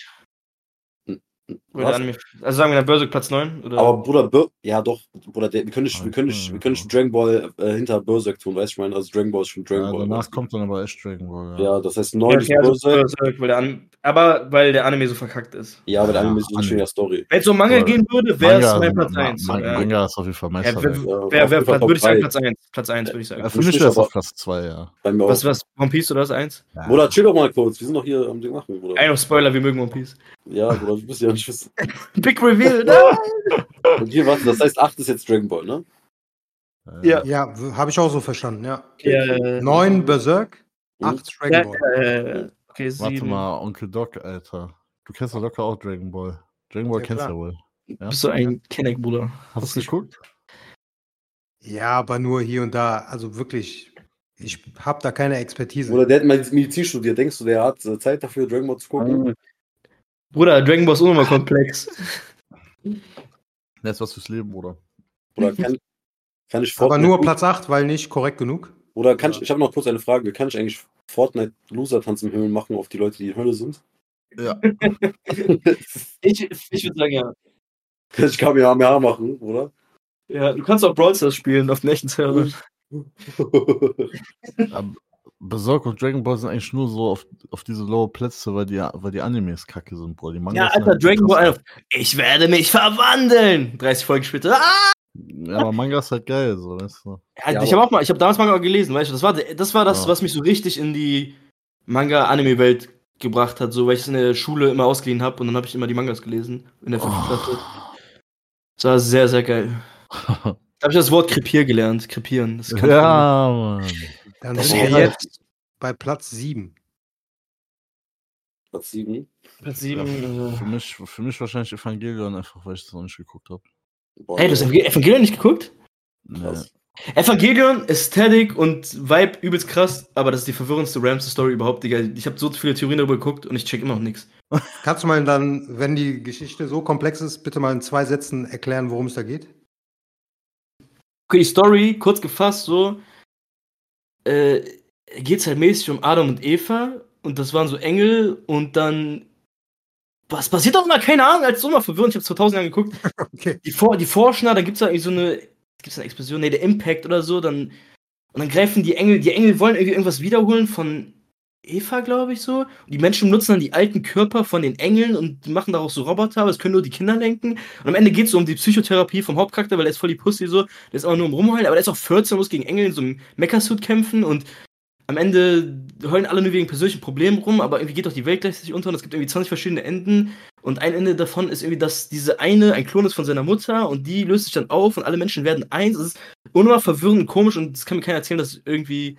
Speaker 4: Würde Anime, also sagen wir dann Berserk Platz 9? Oder?
Speaker 5: Aber Bruder, Bir- ja doch, Bruder, der, wir können nicht, wir können nicht, wir können nicht Dragon Ball äh, hinter Berserk tun, weißt du, ich meine, also Dragon Ball ist schon Dragon
Speaker 6: Ja,
Speaker 5: Ball.
Speaker 6: danach kommt dann aber echt Dragon Ball.
Speaker 5: Ja, das heißt
Speaker 4: Ja,
Speaker 5: 9 ist
Speaker 4: okay, also
Speaker 5: Berserk.
Speaker 4: Berserk, weil der An aber weil der Anime so verkackt ist.
Speaker 5: Ja, aber der Anime ist
Speaker 6: Ah, Anime.
Speaker 5: eine schöne Story.
Speaker 4: Wenn es um Mangel gehen würde, wäre es mein Platz Äh, 1.
Speaker 6: Manga, Manga ist auf jeden Fall
Speaker 4: Ja,
Speaker 6: Meisterwerk.
Speaker 4: wer,
Speaker 5: auf
Speaker 4: wer, wer,
Speaker 5: jeden Fall
Speaker 4: würde ich sagen
Speaker 5: Top
Speaker 4: Platz 1. Platz 1 würde ich sagen.
Speaker 6: Ja, für mich wäre es auf Platz 2, ja.
Speaker 5: Bei mir
Speaker 4: Was,
Speaker 5: auch.
Speaker 4: was, One Piece oder das 1?
Speaker 5: Bruder, chill doch mal kurz, wir sind doch hier am Ding machen, Bruder.
Speaker 4: Ein Spoiler, wir mögen One Piece.
Speaker 5: Ja, Bruder, du bist ja nicht wissen.
Speaker 4: Big Reveal, ne?
Speaker 5: Und hier, warte, das heißt 8 ist jetzt Dragon Ball, ne?
Speaker 6: Äh,
Speaker 4: Ja.
Speaker 3: Ja, w- habe ich auch so verstanden, ja.
Speaker 4: Ja, ja,
Speaker 3: Neun Berserk,
Speaker 5: Mhm.
Speaker 3: acht
Speaker 4: ja,
Speaker 3: Dragon Ball.
Speaker 4: ja, ja. Okay,
Speaker 6: Warte
Speaker 4: sieben.
Speaker 6: mal, Onkel Doc, Alter. Du kennst ja locker auch Dragon Ball. Dragon Ball
Speaker 3: Ja,
Speaker 6: kennst du ja
Speaker 3: klar.
Speaker 6: wohl. Ja?
Speaker 4: Bist du ein Kenneck, Bruder?
Speaker 6: Hast du geguckt?
Speaker 3: Ja, aber nur hier und da. Also wirklich, ich habe da keine Expertise.
Speaker 5: Bruder, der hat mal Medizin studiert, denkst du, der hat äh, Zeit dafür, Dragon Ball zu gucken?
Speaker 4: Mhm. Bruder, Dragon Ball ist auch nochmal komplex.
Speaker 6: Das ist was fürs Leben, Bruder.
Speaker 5: Oder kann, kann ich
Speaker 3: aber
Speaker 5: Fortnite
Speaker 3: nur
Speaker 5: gucken?
Speaker 3: Platz 8, weil nicht korrekt genug.
Speaker 5: Oder kann ich, ich habe noch kurz eine Frage, kann ich eigentlich Fortnite Loser-Tanz im Himmel machen auf die Leute, die in Hölle sind?
Speaker 6: Ja.
Speaker 4: Ich, ich würde sagen, ja.
Speaker 5: Ich kann mir AMH machen, oder?
Speaker 4: ja. Du kannst auch Brawl Stars spielen auf den echten Servern.
Speaker 6: Aber Berserk und Dragon Ball sind eigentlich nur so auf, auf diese low Plätze, weil die, weil die Animes kacke sind, Bruder. Die Mangas
Speaker 4: Ja,
Speaker 6: sind
Speaker 4: Alter,
Speaker 6: halt
Speaker 4: Dragon Ball
Speaker 6: krass.
Speaker 4: 1. Ich werde mich verwandeln! 30 Folgen später. Ah!
Speaker 6: Ja, aber Manga ist halt geil, so, weißt du.
Speaker 5: Ja,
Speaker 4: ich
Speaker 5: aber-
Speaker 4: habe auch mal, ich habe damals Manga gelesen, weißt du, das war das, war das
Speaker 6: Ja.
Speaker 4: was mich so richtig in die Manga-Anime-Welt gebracht hat, so weil ich es in der Schule immer ausgeliehen habe und dann habe ich immer die Mangas gelesen in der
Speaker 6: Oh.
Speaker 4: fünften Klasse. Das war sehr, sehr geil. Da habe ich das Wort krepier gelernt, krepieren. Das kann
Speaker 6: ja, Mann.
Speaker 3: Dann
Speaker 4: Das
Speaker 3: sind
Speaker 4: wäre
Speaker 3: wir
Speaker 4: jetzt-
Speaker 3: bei Platz 7.
Speaker 5: Platz 7.
Speaker 4: Platz
Speaker 6: Ja,
Speaker 4: 7.
Speaker 6: für, mich, für mich wahrscheinlich Evangelion, einfach weil ich das noch nicht geguckt habe.
Speaker 5: Boah,
Speaker 4: Hey, du hast Evangel- Evangelion nicht geguckt?
Speaker 6: Nee.
Speaker 5: krass.
Speaker 4: Evangelion, Aesthetic und Vibe übelst krass, aber das ist die verwirrendste Ramsey-Story überhaupt, Digga. Ich habe so viele Theorien darüber geguckt und ich check immer noch nichts.
Speaker 3: Kannst du mal dann, wenn die Geschichte so komplex ist, bitte mal in zwei Sätzen erklären, worum es da geht?
Speaker 4: Okay, die Story, kurz gefasst, so, äh, geht's halt mäßig um Adam und Eva und das waren so Engel und dann. Was passiert auch mal? Keine Ahnung, als so mal verwirrend. Ich habe 2000 Jahren geguckt.
Speaker 3: Okay.
Speaker 4: Die, For die Forschner, dann gibt's da irgendwie so eine. Gibt's eine Explosion? Nee, der Impact oder so, dann. Und dann greifen die Engel. Die Engel wollen irgendwie irgendwas wiederholen von Eva, glaube ich, so. Und die Menschen nutzen dann die alten Körper von den Engeln und die machen daraus so Roboter, aber es können nur die Kinder lenken. Und am Ende geht's so um die Psychotherapie vom Hauptcharakter, weil er ist voll die Pussy so. Der ist auch nur im Rumheulen, aber der ist auch 14, muss gegen Engel in so einem Mechasuit kämpfen und am Ende heulen alle nur wegen persönlichen Problemen rum, aber irgendwie geht doch die Welt gleichzeitig unter und es gibt irgendwie 20 verschiedene Enden. Und ein Ende davon ist irgendwie, dass diese eine ein Klon ist von seiner Mutter und die löst sich dann auf und alle Menschen werden eins. Es ist unnormal verwirrend und komisch und es kann mir keiner erzählen, dass es irgendwie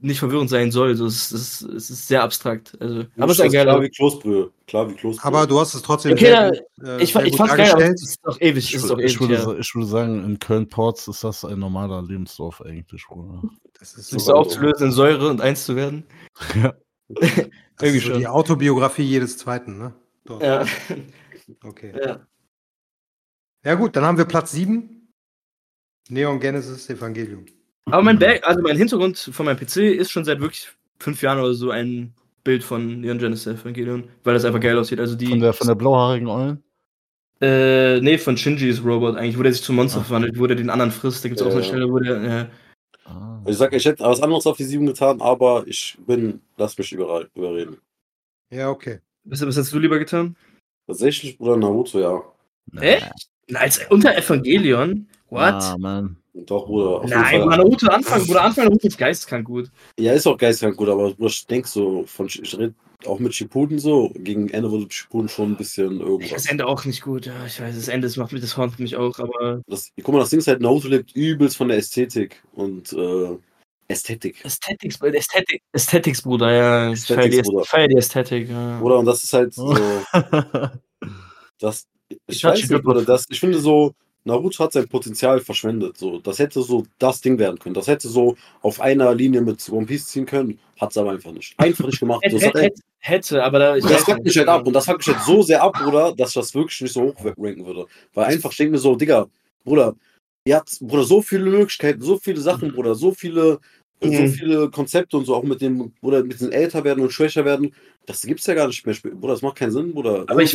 Speaker 4: nicht verwirrend sein soll. Also es, ist, es ist sehr abstrakt. Also, aber es ist ein
Speaker 5: Das Klar wie
Speaker 4: geiler.
Speaker 5: Kloßbrühe. Klar wie Kloßbrühe.
Speaker 3: Aber du hast es trotzdem
Speaker 4: Okay,
Speaker 3: sehr
Speaker 4: da-
Speaker 3: gut, äh,
Speaker 4: Ich, fa-
Speaker 3: sehr
Speaker 4: ich
Speaker 3: gut
Speaker 4: fand's geil, aber
Speaker 3: dargestellt.
Speaker 4: es ist doch ewig. Es
Speaker 6: Ich, eh
Speaker 4: ist doch
Speaker 6: wür- ich,
Speaker 4: ewig.
Speaker 6: würde,
Speaker 4: Ja.
Speaker 6: sa- ich würde sagen, in Köln-Ports ist das ein normaler Lebensdorf eigentlich, Bruder.
Speaker 3: Das ist
Speaker 4: Sich so aufzulösen in Säure und eins zu werden.
Speaker 6: Ja.
Speaker 3: das
Speaker 4: Irgendwie
Speaker 3: ist so
Speaker 4: schon.
Speaker 3: die Autobiografie jedes Zweiten, ne? Dort.
Speaker 4: Ja.
Speaker 3: Okay.
Speaker 4: ja.
Speaker 3: Ja gut, dann haben wir Platz 7. Neon Genesis Evangelium.
Speaker 4: Aber mein Back, also mein Hintergrund von meinem PC ist schon seit wirklich fünf Jahren oder so ein Bild von Neon Genesis Evangelion, weil das einfach geil aussieht. Also die.
Speaker 6: Von der, von der blauhaarigen Eulen?
Speaker 4: äh, nee, von Shinji's Robot eigentlich, wo der sich zum Monster verwandelt, wo der den anderen frisst. Da gibt es auch so eine
Speaker 5: Ja.
Speaker 4: Stelle, wo der. Äh,
Speaker 6: Ah.
Speaker 5: Also Ich sag, ich hätte was anderes auf die 7 getan, aber ich bin, lass mich überre- überreden.
Speaker 3: Ja, okay.
Speaker 4: was, was hättest du lieber getan?
Speaker 5: Tatsächlich, Bruder, Naruto, ja.
Speaker 4: Echt? Na, Als unter Evangelion? What?
Speaker 6: Ah, Mann.
Speaker 5: Doch, Bruder. auf jeden
Speaker 4: Nein,
Speaker 5: Fall.
Speaker 4: Naruto Anfang, Bruder, Anfang Naruto ist geisteskrank gut.
Speaker 5: Ja, ist auch geistkrank gut, aber Bruder, ich denk so, von, ich rede auch mit Shippuden so. Gegen Ende wurde Shippuden schon ein bisschen
Speaker 4: Das
Speaker 5: irgendwas.
Speaker 4: Ende auch nicht gut, ja, ich weiß, das Ende das macht mich, das hornt mich auch, aber
Speaker 5: Das, guck mal, das Ding ist halt, Naruto lebt übelst von der Ästhetik und äh, Ästhetik.
Speaker 4: Aesthetics, Aesthetic, Aesthetics, Bruder, ja, ich feier die,
Speaker 5: Aesthetics, Bruder.
Speaker 4: ich feier die Ästhetik, ja. Oh.
Speaker 5: Bruder, und das ist halt so, das, ich, weiß nicht, Bruder, das, ich finde so, Naruto hat sein Potenzial verschwendet. So, das hätte so das Ding werden können. Das hätte so auf einer Linie mit One Piece ziehen können, hat es aber einfach nicht. Einfach nicht gemacht.
Speaker 4: Hätte,
Speaker 5: Das, hat,
Speaker 4: hätte, hätte, hätte, aber da, ich
Speaker 5: das
Speaker 4: weiß
Speaker 5: fuckt mich
Speaker 4: nicht.
Speaker 5: halt ab und das fuckt mich halt so sehr ab, Bruder, dass ich das wirklich nicht so hoch ranken würde. Weil einfach, ich denke
Speaker 4: Mhm.
Speaker 5: mir so, Digga, Bruder, ihr habt Bruder, so viele Möglichkeiten, so viele Sachen, Bruder, so viele so viele Konzepte und so, auch mit dem, oder mit diesen älter werden und schwächer werden, das gibt's ja gar nicht mehr. Sp- Bruder, das macht keinen Sinn, Bruder.
Speaker 4: Aber ich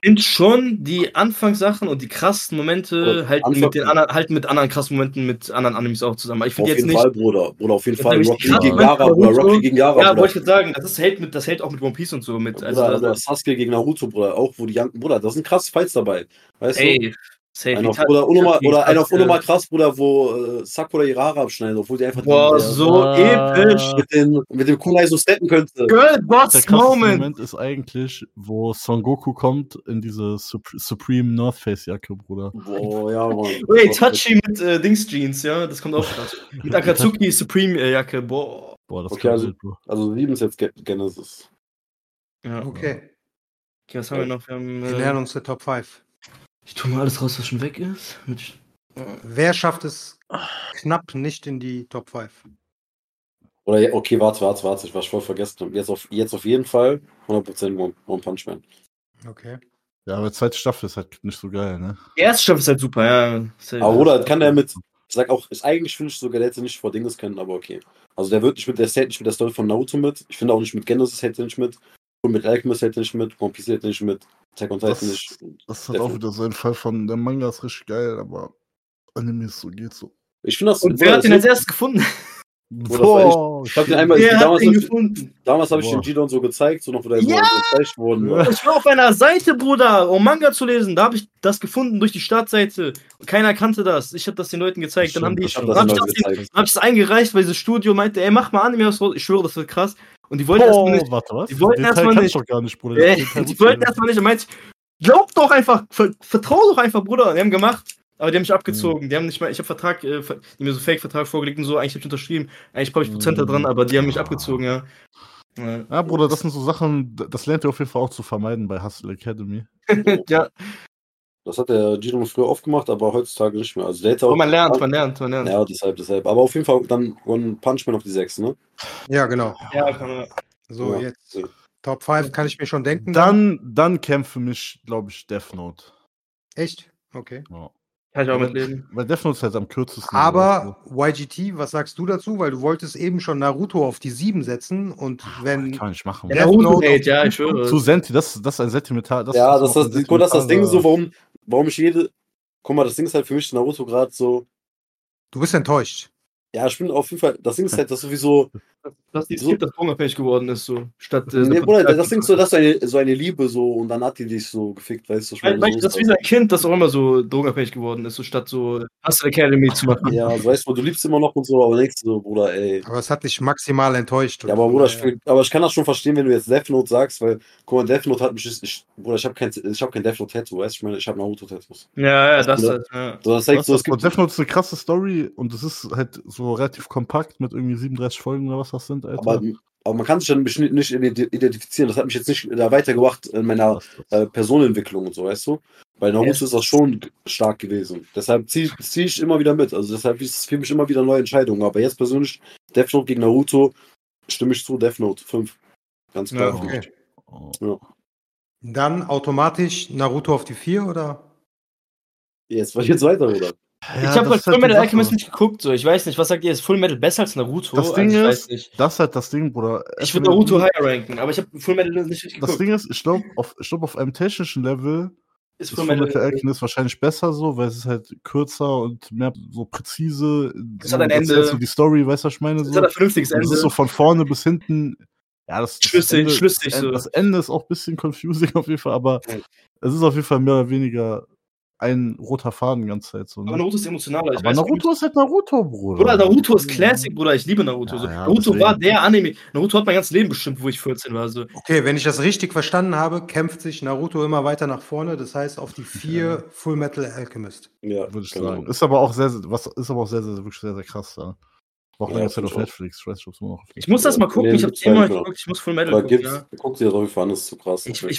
Speaker 4: finde schon, die Anfangssachen und die krassen Momente
Speaker 5: Oder
Speaker 4: halten
Speaker 5: Anfang-
Speaker 4: mit, den anderen, halten mit anderen krassen Momenten mit anderen Animes auch zusammen. Aber ich
Speaker 5: Auf
Speaker 4: finde jetzt
Speaker 5: jeden
Speaker 4: nicht.
Speaker 5: Fall, Bruder. Bruder, auf jeden
Speaker 4: das
Speaker 5: Fall.
Speaker 4: nämlich
Speaker 5: Rocky
Speaker 4: krass
Speaker 5: gegen
Speaker 4: Moment
Speaker 5: Gara,
Speaker 4: bei
Speaker 5: Bruder.
Speaker 4: Naruto-
Speaker 5: Rocky gegen Gara,
Speaker 4: Ja,
Speaker 5: Bruder.
Speaker 4: wollte ich jetzt sagen, das, ist, hält mit, das hält auch mit One Piece und so mit. Also,
Speaker 5: Bruder,
Speaker 4: da-
Speaker 5: Bruder, Sasuke gegen Naruto, Bruder. Auch, wo die Young, Bruder, da sind krasse Fights dabei. Weißt du?
Speaker 4: ey, safe.
Speaker 5: Einer auf,
Speaker 4: Ita-
Speaker 5: oder unnormal,
Speaker 4: Itachi
Speaker 5: oder einer auf
Speaker 4: hat, äh,
Speaker 5: unnormal krass, Bruder, wo äh, Sakura ihre Haare abschneiden, obwohl die einfach
Speaker 4: Boah,
Speaker 5: die,
Speaker 4: so episch.
Speaker 5: mit, den, mit dem Kunai so steppen könnte.
Speaker 4: Girl
Speaker 6: Der
Speaker 4: Boss
Speaker 6: krasseste
Speaker 4: Moment.
Speaker 6: Moment ist eigentlich, wo Son Goku kommt in diese Sup- Supreme North Face Jacke, Bruder.
Speaker 5: Boah, ja, Mann.
Speaker 4: Ey, Tachi mit äh, Dings Jeans, ja, das kommt auch krass. Mit Akatsuki Supreme äh, Jacke, boah.
Speaker 6: Boah, das
Speaker 5: Okay,
Speaker 6: kann
Speaker 5: also,
Speaker 6: wild, Bro.
Speaker 5: also wir lieben es jetzt Ge- Genesis.
Speaker 4: Ja. Okay,
Speaker 3: Okay,
Speaker 4: was haben wir noch? Wir haben,
Speaker 3: wir
Speaker 4: äh,
Speaker 3: lernen uns der Top 5.
Speaker 4: ich tue mal alles raus, was schon weg ist. Mit,
Speaker 3: Wer schafft es knapp nicht in die Top 5?
Speaker 5: Oder ja, okay, warte, warte, warte, ich war voll vergessen. Jetzt auf, jetzt auf jeden Fall 100% One, One Punch Man.
Speaker 3: Okay.
Speaker 6: Ja, aber zweite Staffel ist halt nicht so geil, ne?
Speaker 4: Die erste Staffel ist halt super, ja. Safe.
Speaker 5: Aber Ah, Bruder, kann der mit, ich sag auch, ist eigentlich finde ich sogar, der hätte nicht vor Dinges können, aber okay. Also der wird nicht mit, der hält nicht mit der Story von Naruto mit. Ich finde auch nicht mit Genesis hält er nicht mit. Und mit Alchemist hält er nicht mit. One Piece hält er nicht mit. Attack on Titan
Speaker 6: Das,
Speaker 5: nicht.
Speaker 6: das hat auch
Speaker 5: Definitiv.
Speaker 6: wieder so einen Fall von, der Manga ist richtig geil, aber Anime ist so, geht so.
Speaker 5: Ich finde das.
Speaker 4: Und
Speaker 5: Bruder,
Speaker 4: wer hat
Speaker 5: das
Speaker 4: den als
Speaker 5: ist-
Speaker 4: erstes gefunden?
Speaker 5: Bruder, das war echt- ich hab den einmal,
Speaker 4: Wer hat
Speaker 5: damals,
Speaker 4: den
Speaker 5: hab ich,
Speaker 4: gefunden?
Speaker 5: damals habe ich
Speaker 6: Boah.
Speaker 5: den Gidon so gezeigt, so noch, wo der so
Speaker 4: Ja!
Speaker 5: gezeigt worden war.
Speaker 4: Ich war auf einer Seite, Bruder, um Manga zu lesen. Da habe ich das gefunden durch die Startseite. Keiner kannte das. Ich habe das den Leuten gezeigt.
Speaker 6: Das
Speaker 4: dann haben die,
Speaker 6: stimmt, das
Speaker 4: dann
Speaker 5: hab
Speaker 6: stimmt.
Speaker 5: das
Speaker 4: habe ich das
Speaker 5: den Leuten
Speaker 4: den-
Speaker 5: gezeigt.
Speaker 4: dann hab ich's eingereicht, weil dieses Studio meinte, ey, mach mal Anime aus. Ich schwöre, das wird krass. Und die wollten erstmal
Speaker 6: Boah,
Speaker 4: nicht.
Speaker 6: warte, was?
Speaker 4: die wollten
Speaker 6: Den Teil
Speaker 4: erstmal
Speaker 6: kannst
Speaker 4: nicht-
Speaker 6: du doch gar nicht, Bruder.
Speaker 4: Ey,
Speaker 6: Den Teil
Speaker 4: die
Speaker 6: wusste
Speaker 4: wollten
Speaker 6: ich
Speaker 4: erstmal nicht. Und meinte, glaub doch einfach, ver vertrau doch einfach, Bruder. Und die haben gemacht. Aber die haben mich abgezogen. Die haben nicht mal, ich habe Vertrag, äh, ver- die haben mir so einen Fake-Vertrag vorgelegt und so. Eigentlich habe ich unterschrieben. Eigentlich brauche ich Prozent da dran, aber die haben mich abgezogen, ja. Ja.
Speaker 6: Ja, Bruder, das sind so Sachen, d- das lernt ihr auf jeden Fall auch zu vermeiden bei Hustle Academy.
Speaker 4: ja.
Speaker 5: Das hat der Gidon früher oft gemacht, aber heutzutage nicht mehr. Also der hätte auch.
Speaker 4: Aber Oh, man lernt, man lernt, man lernt.
Speaker 5: ja, deshalb, deshalb. Aber auf jeden Fall dann One Punch Man auf die 6, ne?
Speaker 3: Ja, genau.
Speaker 4: Ja, kann man.
Speaker 3: So,
Speaker 5: Ja.
Speaker 3: jetzt Top 5 kann ich mir schon denken.
Speaker 6: Dann, dann kämpfe mich, glaube ich, Death Note.
Speaker 3: Echt? Okay.
Speaker 6: Ja.
Speaker 4: Kann ich auch mitleben.
Speaker 6: Weil Death Note ist halt am kürzesten.
Speaker 3: Aber YGT, was sagst du dazu? Weil du wolltest eben schon Naruto auf die 7 setzen und
Speaker 6: so.
Speaker 3: wenn
Speaker 6: kann man nicht machen.
Speaker 3: Ja, Naruto
Speaker 4: Hate, ja, ich schwöre.
Speaker 6: Zu Senti, das, das ist ein Sentimental. Das
Speaker 5: ja,
Speaker 6: ist
Speaker 5: das,
Speaker 6: noch
Speaker 5: das,
Speaker 6: ein
Speaker 5: das, guck, das ist das Ding so,
Speaker 6: sentimentaler-
Speaker 5: warum, warum ich jede. Guck mal, das Ding ist halt für mich Naruto gerade so.
Speaker 3: du bist enttäuscht.
Speaker 5: Ja, ich bin auf jeden Fall. Das Ding ist halt, dass sowieso.
Speaker 4: Dass die
Speaker 5: So-
Speaker 4: Skip das unabhängig geworden ist, so. Statt. Äh,
Speaker 5: Nee,
Speaker 4: so-
Speaker 5: Bruder, das Ding ist so, dass du eine, so eine Liebe so und dann hat die dich so gefickt, weißt du? ich
Speaker 4: Weil-
Speaker 5: meine,
Speaker 4: weil ich-
Speaker 5: so ist
Speaker 4: das ist wie so ein Kind, das auch immer so drogenabhängig geworden ist, so statt so Hustle Academy zu machen.
Speaker 5: Ja, also, weißt du, du liebst immer noch und so, aber denkst du so, Bruder, ey.
Speaker 3: Aber es hat dich maximal enttäuscht. äh,
Speaker 5: Ja, aber Bruder, ich, will- aber ich kann das schon verstehen, wenn du jetzt Death Note sagst, weil, guck mal, Death Note hat mich, ich, Bruder, ich habe kein, ich hab kein Death Note Tattoo, weißt du, ich meine, ich habe Naruto-Tattoos.
Speaker 4: Ja, ja, das
Speaker 5: Oder-
Speaker 4: halt. Ja.
Speaker 5: So, das zeigt
Speaker 6: Was,
Speaker 5: so,
Speaker 6: das
Speaker 5: es
Speaker 6: gibt
Speaker 5: gibt,
Speaker 6: Death Note ist eine krasse Story und es ist halt so relativ kompakt mit irgendwie 37 Folgen oder was das sind, Alter.
Speaker 5: aber, aber man kann sich dann nicht, nicht identi- identifizieren, das hat mich jetzt nicht da weitergebracht in meiner
Speaker 6: Das- das-
Speaker 5: äh, Personenentwicklung und so, weißt du? Bei Naruto
Speaker 4: Ja.
Speaker 5: ist das schon g- stark gewesen. Deshalb ziehe zieh ich immer wieder mit. Also deshalb ist es für mich immer wieder neue Entscheidungen. Aber jetzt persönlich, Death Note gegen Naruto, stimme ich zu, Death Note 5. Ganz
Speaker 4: Ja,
Speaker 5: klar.
Speaker 6: okay.
Speaker 5: für mich.
Speaker 6: oh.
Speaker 3: Dann automatisch Naruto auf die 4 oder?
Speaker 5: Jetzt, jetzt weiter, oder?
Speaker 4: ich habe
Speaker 6: Ja, das
Speaker 4: halt
Speaker 6: ist halt
Speaker 4: Full
Speaker 6: die
Speaker 4: Metal
Speaker 6: Sache.
Speaker 4: Alchemist nicht geguckt, so. Ich weiß nicht, was sagt ihr? Ist Full Metal besser als Naruto? Also,
Speaker 6: Das Ding
Speaker 4: ich
Speaker 6: ist-
Speaker 4: weiß nicht.
Speaker 6: Das ist halt das Ding, Bruder.
Speaker 4: Ich würde Naruto higher ranken, aber ich habe Full Metal nicht richtig
Speaker 6: Das
Speaker 4: geguckt.
Speaker 6: Ding ist, ich glaube, auf, ich glaub, auf einem technischen Level
Speaker 4: ist
Speaker 6: Das Fullmetal Alchemist ist wahrscheinlich besser so, weil es ist halt kürzer und mehr so präzise.
Speaker 4: Es
Speaker 6: so,
Speaker 4: hat ein
Speaker 6: du erzählst
Speaker 4: Ende.
Speaker 6: So die Story, weißt du, was ich meine?
Speaker 4: Das
Speaker 6: So.
Speaker 4: hat ein vernünftiges
Speaker 6: Und
Speaker 4: Ende.
Speaker 6: Es ist so von vorne bis hinten. Ja, das, das
Speaker 4: Schlüssig,
Speaker 6: Ende,
Speaker 4: schlüssig
Speaker 6: das, Ende-
Speaker 4: so.
Speaker 6: das Ende ist auch ein bisschen confusing auf jeden Fall, aber es ist auf jeden Fall mehr oder weniger ein roter Faden die ganze Zeit. So, ne?
Speaker 4: aber Naruto ist emotionaler. Ich
Speaker 6: Aber
Speaker 4: weiß,
Speaker 6: Naruto ist halt Naruto, Bruder.
Speaker 4: Bruder, Naruto ist Classic, Bruder. Ich liebe Naruto.
Speaker 6: Ja,
Speaker 4: so.
Speaker 6: ja,
Speaker 4: Naruto
Speaker 6: deswegen.
Speaker 4: war der Anime. Naruto hat mein ganzes Leben bestimmt, wo ich 14 war. So.
Speaker 3: Okay, wenn ich das richtig verstanden habe, kämpft sich Naruto immer weiter nach vorne. Das heißt auf die 4 Full Metal Alchemist.
Speaker 5: Ja,
Speaker 6: Würde ich
Speaker 5: genau.
Speaker 6: sagen. Ist aber auch sehr, sehr- was ist aber auch sehr, sehr, wirklich sehr, sehr krass da. War auch
Speaker 5: Ja,
Speaker 6: lange Zeit
Speaker 5: find
Speaker 6: auf
Speaker 5: ich auch.
Speaker 6: Netflix. Ich weiß nicht, ob es immer noch auf
Speaker 4: Ich muss das mal gucken.
Speaker 5: Nee,
Speaker 4: ich habe
Speaker 5: gibt's
Speaker 4: immer
Speaker 5: halt, ja.
Speaker 4: geguckt. Ich muss Full Metal
Speaker 5: Aber
Speaker 4: gucken.
Speaker 5: gibt's,
Speaker 4: Ja.
Speaker 5: guck dir das auf jeden Fall an, das ist zu krass.
Speaker 4: Ich, ich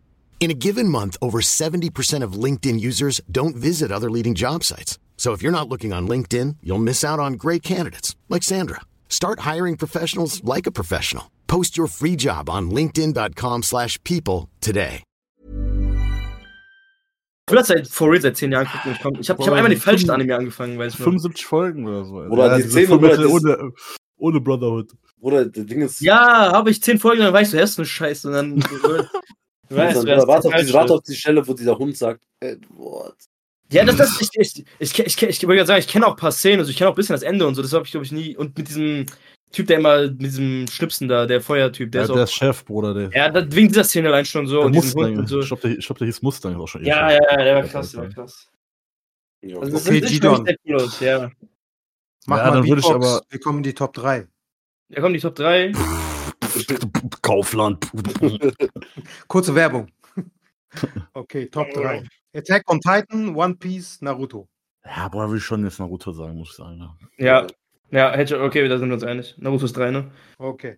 Speaker 7: In a given month, over 70% of LinkedIn users don't visit other leading job sites. So if you're not looking on LinkedIn, you'll miss out on great candidates like Sandra. Start hiring professionals like a professional. Post your free job on linkedin.com/people slash people today.
Speaker 4: Ich will das seit for real seit 10 Jahren gucken. Ich, komm, ich habe hab einmal den falschen Anime angefangen, weiß ich noch.
Speaker 6: 75 Folgen oder so.
Speaker 5: Oder die
Speaker 6: diese
Speaker 5: zehn,
Speaker 6: Folgen
Speaker 5: oder das-
Speaker 6: ohne, ohne Brotherhood.
Speaker 5: Oder das Ding ist.
Speaker 4: Ja, habe ich 10 Folgen, dann weißt du, erst eine Scheiße. Und dann.
Speaker 5: Ich weiß,
Speaker 4: wer ist
Speaker 5: warte,
Speaker 4: der
Speaker 5: auf die,
Speaker 4: Falsche.
Speaker 5: warte auf die Stelle, wo dieser Hund sagt, Edward.
Speaker 4: Ja, das, das, ich, ich, ich, ich, ich, ich wollte gerade sagen, ich kenne auch ein paar Szenen, also ich kenne auch ein bisschen das Ende und so, das habe ich, glaube ich, nie. Und mit diesem Typ, der immer, mit diesem Schnipsen da, der Feuertyp, der
Speaker 6: Der,
Speaker 4: ist
Speaker 6: der,
Speaker 4: auch.
Speaker 6: ist Chef, Bruder. Der,
Speaker 4: ja, das, wegen dieser Szene allein schon so.
Speaker 6: der
Speaker 4: und diesem
Speaker 6: Mustang.
Speaker 4: Hund und so.
Speaker 6: Ich glaube, der, ich glaub, der hieß Mustang auch schon.
Speaker 4: Ja, ja,
Speaker 6: ewig.
Speaker 4: ja, der war krass, der war krass. Also, das
Speaker 3: Okay,
Speaker 4: sieht
Speaker 3: Gidon.
Speaker 4: wirklich sehr cool aus, ja.
Speaker 3: Mach
Speaker 6: Ja,
Speaker 3: mal
Speaker 6: dann würd ich
Speaker 3: Beatbox.
Speaker 6: aber-
Speaker 3: Wir kommen in die Top 3.
Speaker 4: Da kommen die Top 3.
Speaker 6: Kaufland.
Speaker 3: Kurze Werbung. Okay, Top 3. Attack on Titan, One Piece, Naruto.
Speaker 6: ja, boah, würde ich schon jetzt Naruto sagen, muss ich sagen. ja.
Speaker 4: Ja. Ja, hätte okay, da sind wir uns einig. Naruto ist 3, ne?
Speaker 3: Okay.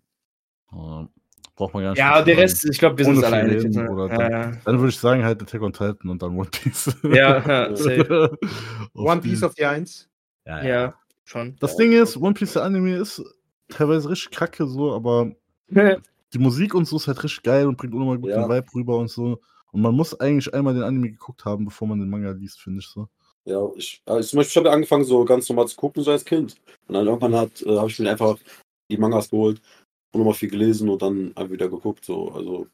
Speaker 6: Ähm, braucht man gar nicht.
Speaker 4: Ja,
Speaker 6: dazu
Speaker 4: der
Speaker 6: sagen.
Speaker 4: Rest, ich glaub, wir sind
Speaker 6: Ohne
Speaker 4: uns
Speaker 6: viel
Speaker 4: alle einig
Speaker 6: reden,
Speaker 4: jetzt, ne?
Speaker 6: Bruder.
Speaker 4: Ja,
Speaker 6: Dann,
Speaker 4: ja.
Speaker 6: dann würde ich sagen, halt Attack on Titan und dann One Piece.
Speaker 4: Ja, ja, safe.
Speaker 6: Auf
Speaker 3: One
Speaker 6: die-
Speaker 3: Piece auf die 1.
Speaker 6: Ja,
Speaker 4: Ja,
Speaker 6: ja.
Speaker 4: schon.
Speaker 6: Das Ding ist, One Piece der Anime ist teilweise richtig kacke so, aber die Musik und so ist halt richtig geil und bringt unnormal guten
Speaker 5: Ja.
Speaker 6: Vibe rüber und so. Und man muss eigentlich einmal den Anime geguckt haben, bevor man den Manga liest, finde ich so.
Speaker 5: Ja, ich, also zum Beispiel, ich habe angefangen, so ganz normal zu gucken, so als Kind. Und dann irgendwann hat, äh, habe ich mir einfach die Mangas geholt und nochmal viel gelesen und dann einfach wieder geguckt, so. Also,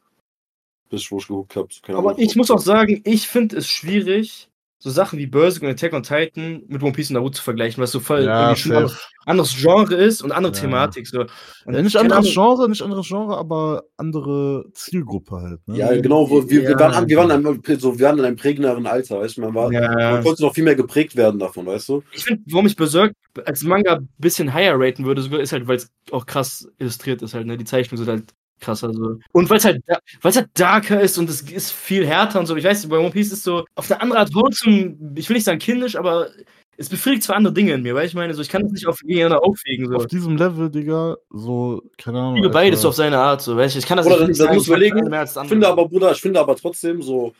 Speaker 5: bis ich, wo ich geguckt habe, so, keine
Speaker 4: Aber
Speaker 5: Ahnung.
Speaker 4: ich muss auch sagen, ich finde es schwierig, so Sachen wie Berserk und Attack on Titan mit One Piece und Naruto zu vergleichen, was so voll
Speaker 6: Ja,
Speaker 4: irgendwie schon
Speaker 6: safe.
Speaker 4: anderes- anderes Genre ist und andere
Speaker 6: Ja.
Speaker 4: Thematik. So. Und
Speaker 6: Ja, nicht
Speaker 4: keine
Speaker 6: anderes
Speaker 4: Ahnung,
Speaker 6: Genre, nicht anderes Genre, aber andere Zielgruppe halt. Ne?
Speaker 5: Ja, genau, wo, wir, wir,
Speaker 4: Ja.
Speaker 5: waren, an- wir, waren an- so, wir waren in einem prägenderen Alter, weißt du, man, war,
Speaker 4: Ja.
Speaker 5: man konnte noch viel mehr geprägt werden davon, weißt du?
Speaker 4: Ich finde, warum ich Berserk als Manga ein bisschen higher raten würde, sogar, ist halt, weil es auch krass illustriert ist halt, ne? Die Zeichnungen sind halt krasser so. Und weil es halt, da- weil's halt darker ist und es ist viel härter und so. Ich weiß, nicht, bei One Piece ist so auf eine andere Art trotzdem, ich will nicht sagen kindisch, aber es befriedigt zwar andere Dinge in mir, weil ich meine, so ich kann es nicht auf gegeneinander aufwegen. So.
Speaker 6: Auf diesem Level, Digga, so, keine Ahnung.
Speaker 4: Liebe beides
Speaker 6: Alter.
Speaker 4: auf seine Art, so, weißt du, ich kann das
Speaker 5: Bruder,
Speaker 4: nicht
Speaker 5: dann, dann
Speaker 4: sagen,
Speaker 5: musst du
Speaker 4: ich mag das
Speaker 5: überlegen.
Speaker 4: eine mehr als das
Speaker 5: Ich
Speaker 4: andere.
Speaker 5: finde aber, Bruder, ich finde aber trotzdem so,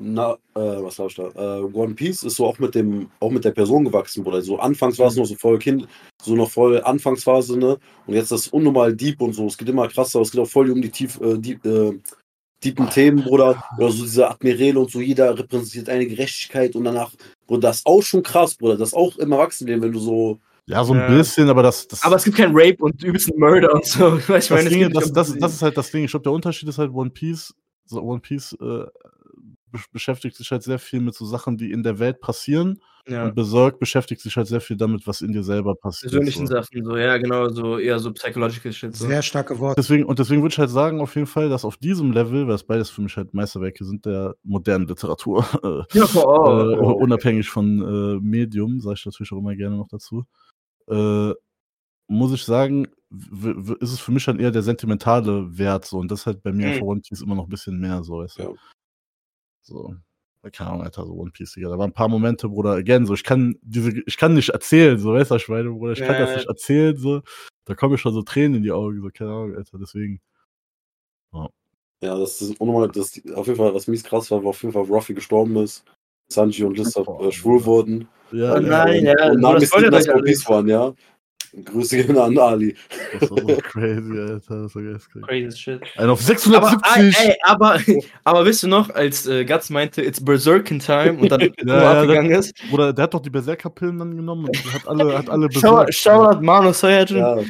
Speaker 5: na, äh, was glaub ich da? Äh, One Piece ist so auch mit dem, auch mit der Person gewachsen, Bruder. So anfangs war es noch so voll Kind, so noch voll Anfangsphase, ne? Und jetzt das unnormal deep und so. Es geht immer krasser, es geht auch voll um die tief, äh, deep, äh, deepen Themen, Bruder. Oder so diese Admiräle und so, jeder repräsentiert eine Gerechtigkeit und danach, Bruder, das ist auch schon krass, Bruder. Das ist auch im Erwachsenenleben, wenn du so.
Speaker 6: Ja, so ein
Speaker 5: Ja.
Speaker 6: bisschen, aber das, das
Speaker 4: Aber es gibt keinen Rape und übelsten Murder und so. Weißt du, ich
Speaker 6: das,
Speaker 4: meine, es
Speaker 6: Ding,
Speaker 4: geht
Speaker 6: das,
Speaker 4: nicht
Speaker 6: das,
Speaker 4: um-
Speaker 6: das ist halt das Ding. Ich glaube, der Unterschied ist halt One Piece. So One Piece äh, besch- beschäftigt sich halt sehr viel mit so Sachen, die in der Welt passieren.
Speaker 4: Ja.
Speaker 6: Und Berserk beschäftigt sich halt sehr viel damit, was in dir selber passiert.
Speaker 4: persönlichen
Speaker 6: so.
Speaker 4: Sachen, so, ja, genau, so eher so psychological shit. So.
Speaker 3: Sehr starke Worte.
Speaker 6: Deswegen, und deswegen würde ich halt sagen, auf jeden Fall, dass auf diesem Level, weil es beides für mich halt Meisterwerke sind der modernen Literatur, äh,
Speaker 4: Ja, genau. voll.
Speaker 6: äh, unabhängig von äh, Medium, sage ich natürlich auch immer gerne noch dazu, äh, muss ich sagen, w- w- ist es für mich dann eher der sentimentale Wert so und das ist halt bei mir
Speaker 4: Mhm.
Speaker 6: einfach One Piece immer noch ein bisschen mehr so. Weißt du?
Speaker 5: Ja.
Speaker 6: So. Keine Ahnung, Alter, so One Piece, Digga. Da waren ein paar Momente, Bruder, again, so, ich kann diese, ich kann nicht erzählen, so, weißt du, was ich meine, Bruder, ich kann
Speaker 4: Ja.
Speaker 6: das nicht erzählen, so. Da kommen mir schon so Tränen in die Augen, so, keine Ahnung, Alter, deswegen.
Speaker 5: Ja, das ist unnormal. Das, auf jeden Fall, was mies krass war, war auf jeden Fall, Ruffy gestorben ist. Sanji und Liz äh, schwul wurden.
Speaker 6: Ja,
Speaker 4: Oh nein, ja,
Speaker 5: Äh,
Speaker 4: so, das
Speaker 5: Und Nami ist
Speaker 4: wollte
Speaker 5: das
Speaker 4: doch
Speaker 5: Police waren, ja. Grüße gehen an Ali.
Speaker 6: Das war so crazy, Alter, das war ganz crazy.
Speaker 4: Crazy shit.
Speaker 6: Ein auf
Speaker 4: Aber,
Speaker 6: 670!
Speaker 4: ey, ey, aber, aber wisst ihr noch, als äh, Guts meinte, it's Berserkin Time und dann nur
Speaker 6: ja, ja,
Speaker 4: abgegangen
Speaker 6: der,
Speaker 4: ist?
Speaker 6: Bruder, der hat doch die Berserker-Pillen dann genommen und hat alle, hat alle
Speaker 4: Shout- Shoutout Manu Sayajin.
Speaker 5: Ja,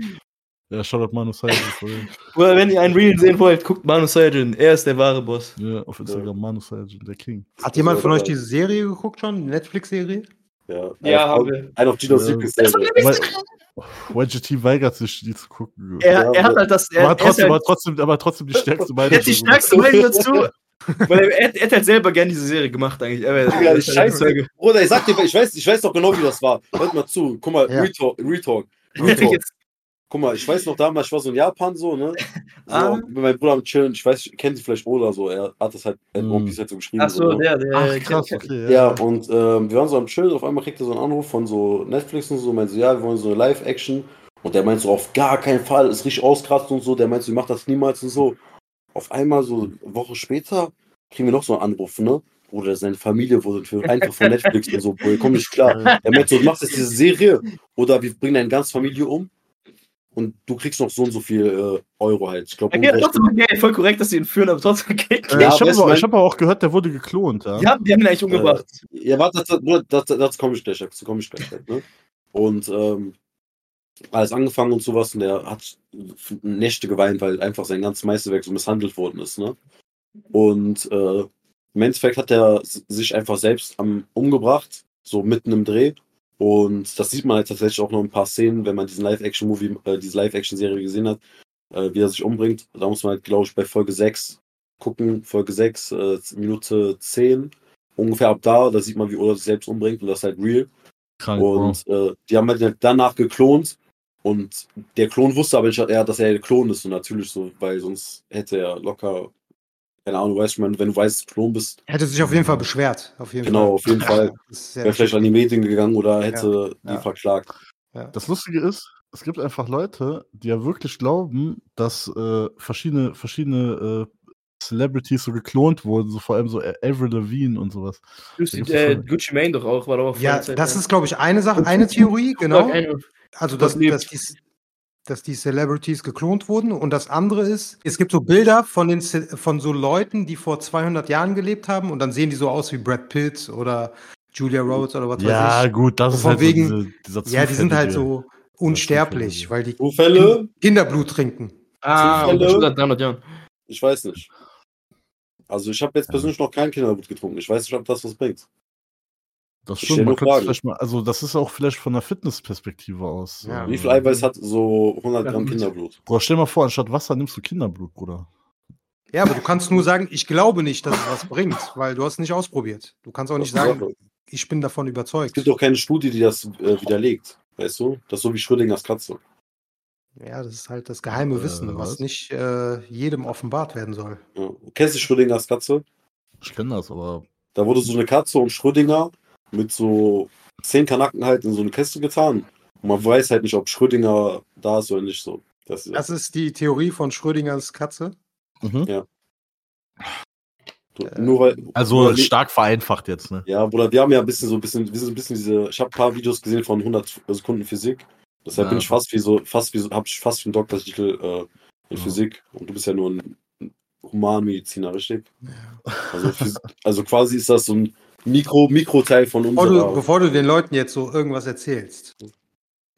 Speaker 6: Ja, Shoutout Manus Heide, sorry.
Speaker 4: Oder wenn ihr einen Reel sehen wollt, guckt Manu Sayajin. Er ist der wahre Boss.
Speaker 6: Ja, auf Instagram, Manus Heide, der King.
Speaker 3: Hat jemand von euch
Speaker 5: die
Speaker 3: diese Serie geguckt schon? Die Netflix-Serie?
Speaker 5: Ja,
Speaker 4: Ja,
Speaker 5: Ein-
Speaker 4: haben wir.
Speaker 5: Ein auf Ginos
Speaker 6: Ja.
Speaker 5: Lieblingsserie.
Speaker 6: Weil- YGT weigert sich, die zu gucken.
Speaker 4: Er,
Speaker 5: Ja,
Speaker 4: er hat halt das. Er,
Speaker 6: aber, hat
Speaker 4: er ist
Speaker 6: trotzdem,
Speaker 4: halt,
Speaker 6: aber, trotzdem, aber trotzdem die stärkste
Speaker 4: er
Speaker 6: Meinung.
Speaker 4: hat die stärkste Meinung dazu, Weil er, er hat halt selber gern diese Serie gemacht eigentlich. Aber
Speaker 5: Digga, das ist scheiße. Bruder, ich sag dir, ich weiß, ich weiß doch genau, wie das war. Hört mal zu. Guck mal,
Speaker 4: Ja.
Speaker 5: Retalk. Retalk. Retalk. Guck mal, ich weiß noch damals, ich war so in Japan so, ne? So,
Speaker 4: Ah.
Speaker 5: Mit meinem Bruder am Chillen, ich weiß, kennt sie vielleicht Ola so, er hat das halt, er hat One Piece halt so geschrieben.
Speaker 4: Hm. Ach so,
Speaker 5: ne?
Speaker 4: der, der. Ach, krass,
Speaker 5: ja,
Speaker 4: okay,
Speaker 5: ja.
Speaker 4: ja.
Speaker 5: und ähm, wir waren so am Chillen, auf einmal kriegt er so einen Anruf von so Netflix und so, meint so, ja, wir wollen so eine Live-Action. Und der meint so, auf gar keinen Fall, ist richtig auskratzen und so, der meint so, ich mach das niemals und so. Auf einmal, so eine Woche später, kriegen wir noch so einen Anruf, ne? Bruder, seine Familie wurde für einfach von Netflix und so, Bruder, komm nicht klar. Er meint so, du machst jetzt diese Serie oder wir bringen deine ganze Familie um und du kriegst noch so und so viel äh, Euro halt. Ich glaube,
Speaker 4: Er geht trotzdem Geld. Voll korrekt, dass sie ihn führen, aber trotzdem Geld.
Speaker 6: Äh, ich habe aber, ich hab aber auch gehört, der wurde geklont. Ja,
Speaker 4: Ja, die haben ihn eigentlich umgebracht.
Speaker 5: Äh, ja, warte, das, das, das, das, komme ich gleich, dazu komme ich gleich. Ne? Und ähm, alles angefangen und sowas und der hat Nächte geweint, weil einfach sein ganzes Meisterwerk so misshandelt worden ist. Ne? Und äh, im Endeffekt hat er s- sich einfach selbst am, umgebracht, so mitten im Dreh. Und das sieht man halt tatsächlich auch noch in ein paar Szenen, wenn man diesen Live-Action-Movie, äh, diese Live-Action-Serie gesehen hat, äh, wie er sich umbringt. Da muss man halt, glaube ich, bei Folge 6 gucken, Folge 6, äh, Minute 10, ungefähr ab da, da sieht man, wie Ola sich selbst umbringt und das ist halt real.
Speaker 6: Krank,
Speaker 5: und äh, die haben halt danach geklont und der Klon wusste aber nicht, dass er- dass er der Klon ist und natürlich so, weil sonst hätte er locker, keine Ahnung, weißt du, ich meine, wenn du weißt, Klon bist,
Speaker 3: Hätte sich auf jeden Fall beschwert. Auf jeden
Speaker 5: genau, auf jeden Fall,
Speaker 3: Das ist sehr
Speaker 5: wäre vielleicht an die Medien gegangen oder
Speaker 3: Ja,
Speaker 5: hätte die
Speaker 3: ja.
Speaker 5: verklagt.
Speaker 6: Das Lustige ist, es gibt einfach Leute, die ja wirklich glauben, dass äh, verschiedene, verschiedene äh, Celebrities so geklont wurden, so vor allem so Avril Lavigne und sowas. Da
Speaker 4: Gucci,
Speaker 6: gibt's
Speaker 4: äh,
Speaker 6: so-
Speaker 4: Gucci Mane doch auch, war doch auch
Speaker 3: Ja,
Speaker 4: Vollzeit,
Speaker 3: das
Speaker 4: ja.
Speaker 3: ist, glaube ich, eine Sache, eine Theorie, genau. Also, dass,
Speaker 4: Das lebt.
Speaker 3: dass, die, dass die Celebrities geklont wurden. Und das andere ist, es gibt so Bilder von, den, Ce- von so Leuten, die vor 200 Jahren gelebt haben und dann sehen die so aus wie Brad Pitt oder Julia Roberts oder was weiß
Speaker 6: Ja,
Speaker 3: ich.
Speaker 6: gut, das
Speaker 3: Und
Speaker 6: ist
Speaker 3: von
Speaker 6: halt so
Speaker 3: wegen,
Speaker 6: diese- dieser
Speaker 3: Ja, die sind halt
Speaker 6: zufällige-
Speaker 3: so unsterblich, weil die
Speaker 5: Zufälle?
Speaker 3: Kinderblut trinken.
Speaker 4: Oh. Ah, und
Speaker 5: Zufälle?
Speaker 4: schon seit 300 Jahren.
Speaker 5: Ich weiß nicht. Also ich habe jetzt persönlich noch kein Kinderblut getrunken. Ich weiß nicht, ob das was bringt.
Speaker 6: Das
Speaker 5: Ich
Speaker 6: stimmt,
Speaker 5: stell
Speaker 6: man
Speaker 5: nur
Speaker 6: könnte es
Speaker 5: Fragen.
Speaker 6: vielleicht mal, also das ist auch vielleicht von der Fitnessperspektive aus.
Speaker 5: Ja.
Speaker 6: äh,
Speaker 5: Wie viel Eiweiß hat so 100 Gramm
Speaker 6: Ja, gut.
Speaker 5: Kinderblut?
Speaker 6: Bruder, stell mal vor, anstatt Wasser nimmst du Kinderblut, Bruder.
Speaker 3: Ja, aber du kannst nur sagen, ich glaube nicht, dass es was bringt, weil du hast es nicht ausprobiert. Du kannst auch nicht
Speaker 5: Das ist
Speaker 3: sagen,
Speaker 5: Sache.
Speaker 3: ich bin davon
Speaker 5: Es
Speaker 3: überzeugt.
Speaker 5: gibt doch keine Studie, die das äh, widerlegt. Weißt du? Das ist so wie Schrödingers Katze.
Speaker 3: Ja, das ist halt das geheime Wissen, was, nicht äh, jedem offenbart werden soll.
Speaker 5: Ja. Kennst du Schrödingers Katze?
Speaker 6: Ich kenne das, aber.
Speaker 5: Da wurde so eine Katze und Schrödinger mit so zehn Kanaken halt in so eine Kiste getan. Und man weiß halt nicht, ob Schrödinger da ist oder nicht so. Das ist,
Speaker 3: Das ist die Theorie von Schrödingers Katze.
Speaker 6: mhm.
Speaker 5: ja. Nur weil,
Speaker 6: Also
Speaker 5: nur weil-
Speaker 6: stark vereinfacht jetzt, ne?
Speaker 5: Ja, Bruder, wir haben ja ein bisschen so ein bisschen, wir sind so ein bisschen diese, ich habe ein paar Videos gesehen von 100 Sekunden Physik. Deshalb
Speaker 6: Ja.
Speaker 5: bin ich fast wie so, fast wie so, hab ich fast wie einen Doktortitel äh, in Physik. Und du bist ja nur ein Humanmediziner, richtig? Also, Phys- also quasi ist das so ein Mikro, Mikroteil von
Speaker 3: Bevor du,
Speaker 5: unserer.
Speaker 3: bevor du den Leuten jetzt so irgendwas erzählst.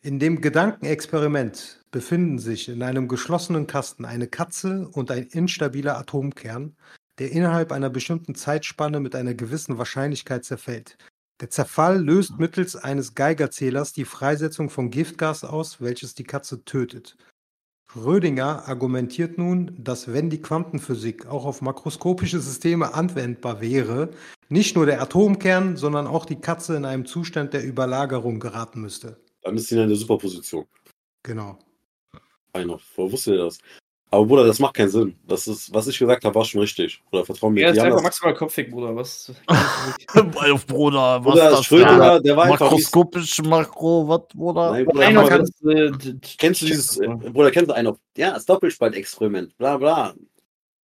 Speaker 3: In dem Gedankenexperiment befinden sich in einem geschlossenen Kasten eine Katze und ein instabiler Atomkern, der innerhalb einer bestimmten Zeitspanne mit einer gewissen Wahrscheinlichkeit zerfällt. Der Zerfall löst mittels eines Geigerzählers die Freisetzung von Giftgas aus, welches die Katze tötet. Rödinger argumentiert nun, dass wenn die Quantenphysik auch auf makroskopische Systeme anwendbar wäre, nicht nur der Atomkern, sondern auch die Katze in einem Zustand der Überlagerung geraten müsste.
Speaker 5: Dann ist sie in einer Superposition.
Speaker 3: Genau.
Speaker 5: Einer, woher wusste ihr das? Aber Bruder, das macht keinen Sinn. Das ist, was ich gesagt habe, war schon richtig. Oder vertrau mir.
Speaker 4: Er ist
Speaker 5: die haben
Speaker 4: einfach
Speaker 5: das-
Speaker 4: maximal Kopfweg, Bruder. Was?
Speaker 6: Wolf, Bruder, was
Speaker 5: Bruder,
Speaker 6: das
Speaker 5: Schrödinger,
Speaker 6: da?
Speaker 5: der war einfach
Speaker 6: Makroskopisch, Makro, was, Bruder?
Speaker 5: Nein, Bruder,
Speaker 4: Einer
Speaker 5: aber
Speaker 4: kann-
Speaker 5: kennst, kennst du dieses, äh, Bruder, kennst du einen? auf- Ja, das Doppelspaltexperiment, bla bla.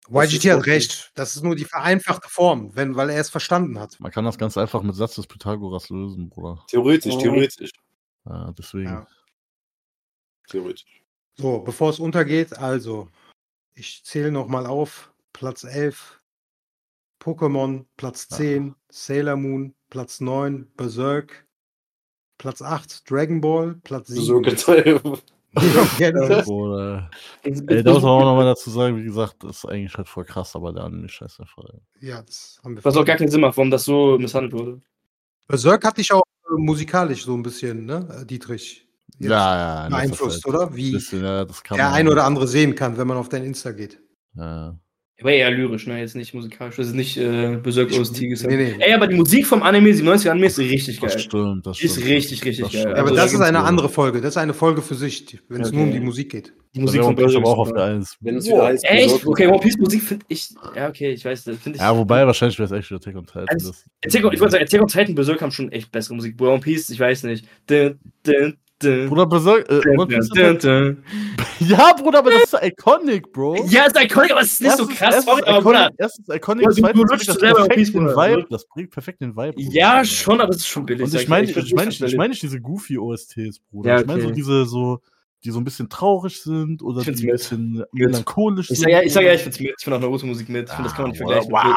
Speaker 3: YGT hat recht. Das ist nur die vereinfachte Form, wenn, weil er es verstanden hat.
Speaker 6: Man kann das ganz einfach mit Satz des Pythagoras lösen, Bruder.
Speaker 5: Theoretisch, theoretisch.
Speaker 6: Ja, deswegen.
Speaker 5: Theoretisch.
Speaker 3: So, bevor es untergeht, also, ich zähle nochmal auf. Platz 11, Pokémon, Platz 10, Sailor Moon, Platz 9, Berserk, Platz 8, Dragon Ball, Platz genau. 7.
Speaker 5: So geteilt.
Speaker 6: Bruder. Ey, da muss man auch nochmal dazu sagen, wie gesagt, das ist eigentlich halt voll krass, aber der Anime scheiß der Fall.
Speaker 3: Ja, das haben wir
Speaker 4: Was auch gar keinen Sinn macht, warum das so misshandelt wurde.
Speaker 3: Berserk hat dich auch äh, musikalisch so ein bisschen, ne, äh, Dietrich? jetzt
Speaker 6: Ja, ja. in letzter
Speaker 3: Beeinflusst,
Speaker 6: Zeit.
Speaker 3: oder? Wie
Speaker 6: Bisschen, ja, das kann
Speaker 3: der
Speaker 6: man-
Speaker 3: ein oder andere sehen kann, wenn man auf dein Insta geht.
Speaker 6: Ja.
Speaker 4: Aber eher lyrisch, ne? Jetzt nicht musikalisch. Das ist nicht äh, Berserk OST gesagt.
Speaker 3: nee, nee.
Speaker 4: Ey, aber die Musik vom Anime 97 Anime ist richtig geil.
Speaker 6: Das stimmt, das
Speaker 4: Ist
Speaker 6: stimmt.
Speaker 4: richtig, richtig
Speaker 6: Das
Speaker 4: geil.
Speaker 6: stimmt.
Speaker 3: Ja, aber
Speaker 4: Also,
Speaker 3: das ist eine
Speaker 4: so.
Speaker 3: andere Folge. Das ist eine Folge für sich, wenn es
Speaker 4: Okay.
Speaker 3: nur um die Musik geht.
Speaker 4: Die Musik
Speaker 6: von Berserk
Speaker 4: Berserk
Speaker 6: auch auf der Eins.
Speaker 5: Wenn es wieder
Speaker 4: Wow.
Speaker 5: heißt,
Speaker 4: Echt?
Speaker 5: Berserk-
Speaker 4: Okay, One Piece Musik finde ich. Ja, okay, ich weiß, das finde ich.
Speaker 6: Ja, wobei wahrscheinlich wäre es echt wieder Attack on Titan.
Speaker 4: Also,
Speaker 6: Das,
Speaker 4: Attack on- ich wollte sagen, Attack on Titan Berserk haben schon echt bessere Musik. One Piece, ich weiß nicht. Dun, dun, dun.
Speaker 6: Bruder Berserk. Äh,
Speaker 4: Dun,
Speaker 6: One Piece
Speaker 4: dun,
Speaker 6: ist
Speaker 4: dun.
Speaker 6: ja, Bruder, aber das ist iconic, Bro.
Speaker 4: Ja, ist iconic, aber es ist nicht so
Speaker 6: Erstens-
Speaker 4: krass.
Speaker 6: erstens
Speaker 4: Sorry, aber,
Speaker 6: iconic-
Speaker 4: Bruder.
Speaker 6: Erstens
Speaker 4: Bruder,
Speaker 6: iconic,
Speaker 4: du- du
Speaker 6: zweitens
Speaker 4: lutschst
Speaker 6: bringt das
Speaker 4: selber One
Speaker 6: perfekt
Speaker 4: Piece,
Speaker 6: den
Speaker 4: Bruder.
Speaker 6: Vibe. Das bringt perfekt den Vibe.
Speaker 4: Ja, schon, aber es ist schon billig.
Speaker 6: Und
Speaker 4: sag
Speaker 6: ich meine,
Speaker 4: dir.
Speaker 6: ich, ich meine, ich, ich meine nicht diese goofy OSTs, Bruder.
Speaker 4: Ja,
Speaker 6: Ich meine so
Speaker 4: okay.
Speaker 6: diese so, die so ein bisschen traurig sind oder
Speaker 4: Ich
Speaker 6: die
Speaker 4: find's
Speaker 6: ein
Speaker 4: mit.
Speaker 6: bisschen
Speaker 4: Mit.
Speaker 6: melancholisch
Speaker 4: Ich
Speaker 6: sind.
Speaker 4: sag ja, ich sag ja, ich find's mit. Ich finde auch Naruto Musik mit. Ich finde, das kann man
Speaker 6: Ah,
Speaker 4: nicht vergleichen.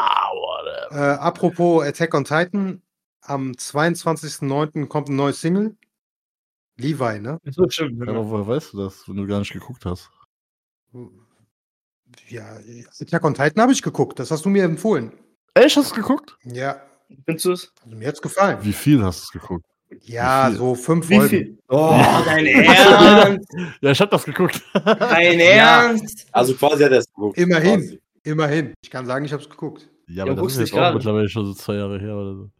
Speaker 3: Äh, apropos Attack on Titan, am 22.09. kommt ein neues Single. Levi, ne?
Speaker 4: Das wird stimmt.
Speaker 6: Aber woher weißt du das, wenn du gar nicht geguckt hast?
Speaker 3: Ja, Attack on Titan habe ich geguckt. Das hast du mir empfohlen.
Speaker 6: Echt, hast du geguckt?
Speaker 3: Ja.
Speaker 4: Findest du es?
Speaker 3: Also, mir hat's gefallen.
Speaker 6: Wie viel hast du es geguckt?
Speaker 3: Ja,
Speaker 6: viel?
Speaker 3: so fünf
Speaker 4: Wie
Speaker 3: Folgen.
Speaker 4: viel? Oh, dein Ernst?
Speaker 6: Ja, ich hab das geguckt.
Speaker 4: Dein
Speaker 3: Ja.
Speaker 4: Ernst?
Speaker 5: Also quasi hat er es geguckt.
Speaker 3: Immerhin.
Speaker 5: Quasi.
Speaker 3: Immerhin. Ich kann sagen, ich habe es geguckt.
Speaker 4: Ja,
Speaker 6: Ja, aber das
Speaker 4: guckst
Speaker 6: ist
Speaker 4: du
Speaker 6: jetzt
Speaker 4: nicht
Speaker 6: auch
Speaker 4: gerade?
Speaker 6: mittlerweile schon so zwei Jahre her oder so.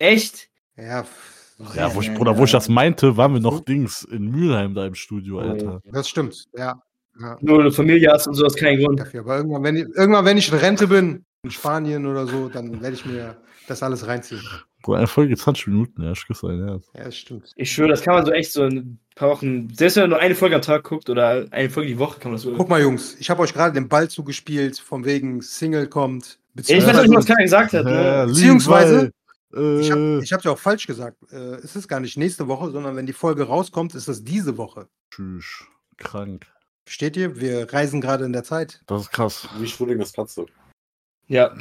Speaker 4: Echt?
Speaker 3: Ja, f-
Speaker 6: Ja, wo ich,
Speaker 4: ja,
Speaker 6: Bruder,
Speaker 4: ja. Oh.
Speaker 6: wo ich das meinte, waren wir noch Dings in Mülheim da im Studio, Alter.
Speaker 3: das stimmt. Ja. ja.
Speaker 4: Nur eine Familie hast und sowas, kein Grund.
Speaker 3: Dafür. Aber irgendwann wenn, ich, irgendwann, wenn ich in Rente bin, in Spanien oder so, dann werde ich mir das alles reinziehen.
Speaker 6: Bruder, eine Folge 20 Minuten, ja, ich küsse dein Herz.
Speaker 3: Ja, das stimmt.
Speaker 4: Ich schwöre, das kann man so echt so in ein paar Wochen, selbst wenn man nur eine Folge am Tag guckt oder eine Folge die Woche, kann man das so.
Speaker 3: Guck mal, Jungs, ich habe euch gerade den Ball zugespielt, von wegen Single kommt.
Speaker 4: Ja, ich weiß auch nicht, was keiner gesagt hat.
Speaker 6: Ja,
Speaker 4: Ne?
Speaker 3: Beziehungsweise,
Speaker 6: Äh,
Speaker 3: ich habe es ja auch falsch gesagt. Äh, es ist gar nicht nächste Woche, sondern wenn die Folge rauskommt, ist es diese Woche.
Speaker 6: tschüss. Krank.
Speaker 3: Versteht ihr? Wir reisen gerade in der Zeit.
Speaker 6: Das ist krass.
Speaker 5: Wie Schrödingers Katze.
Speaker 4: Ja,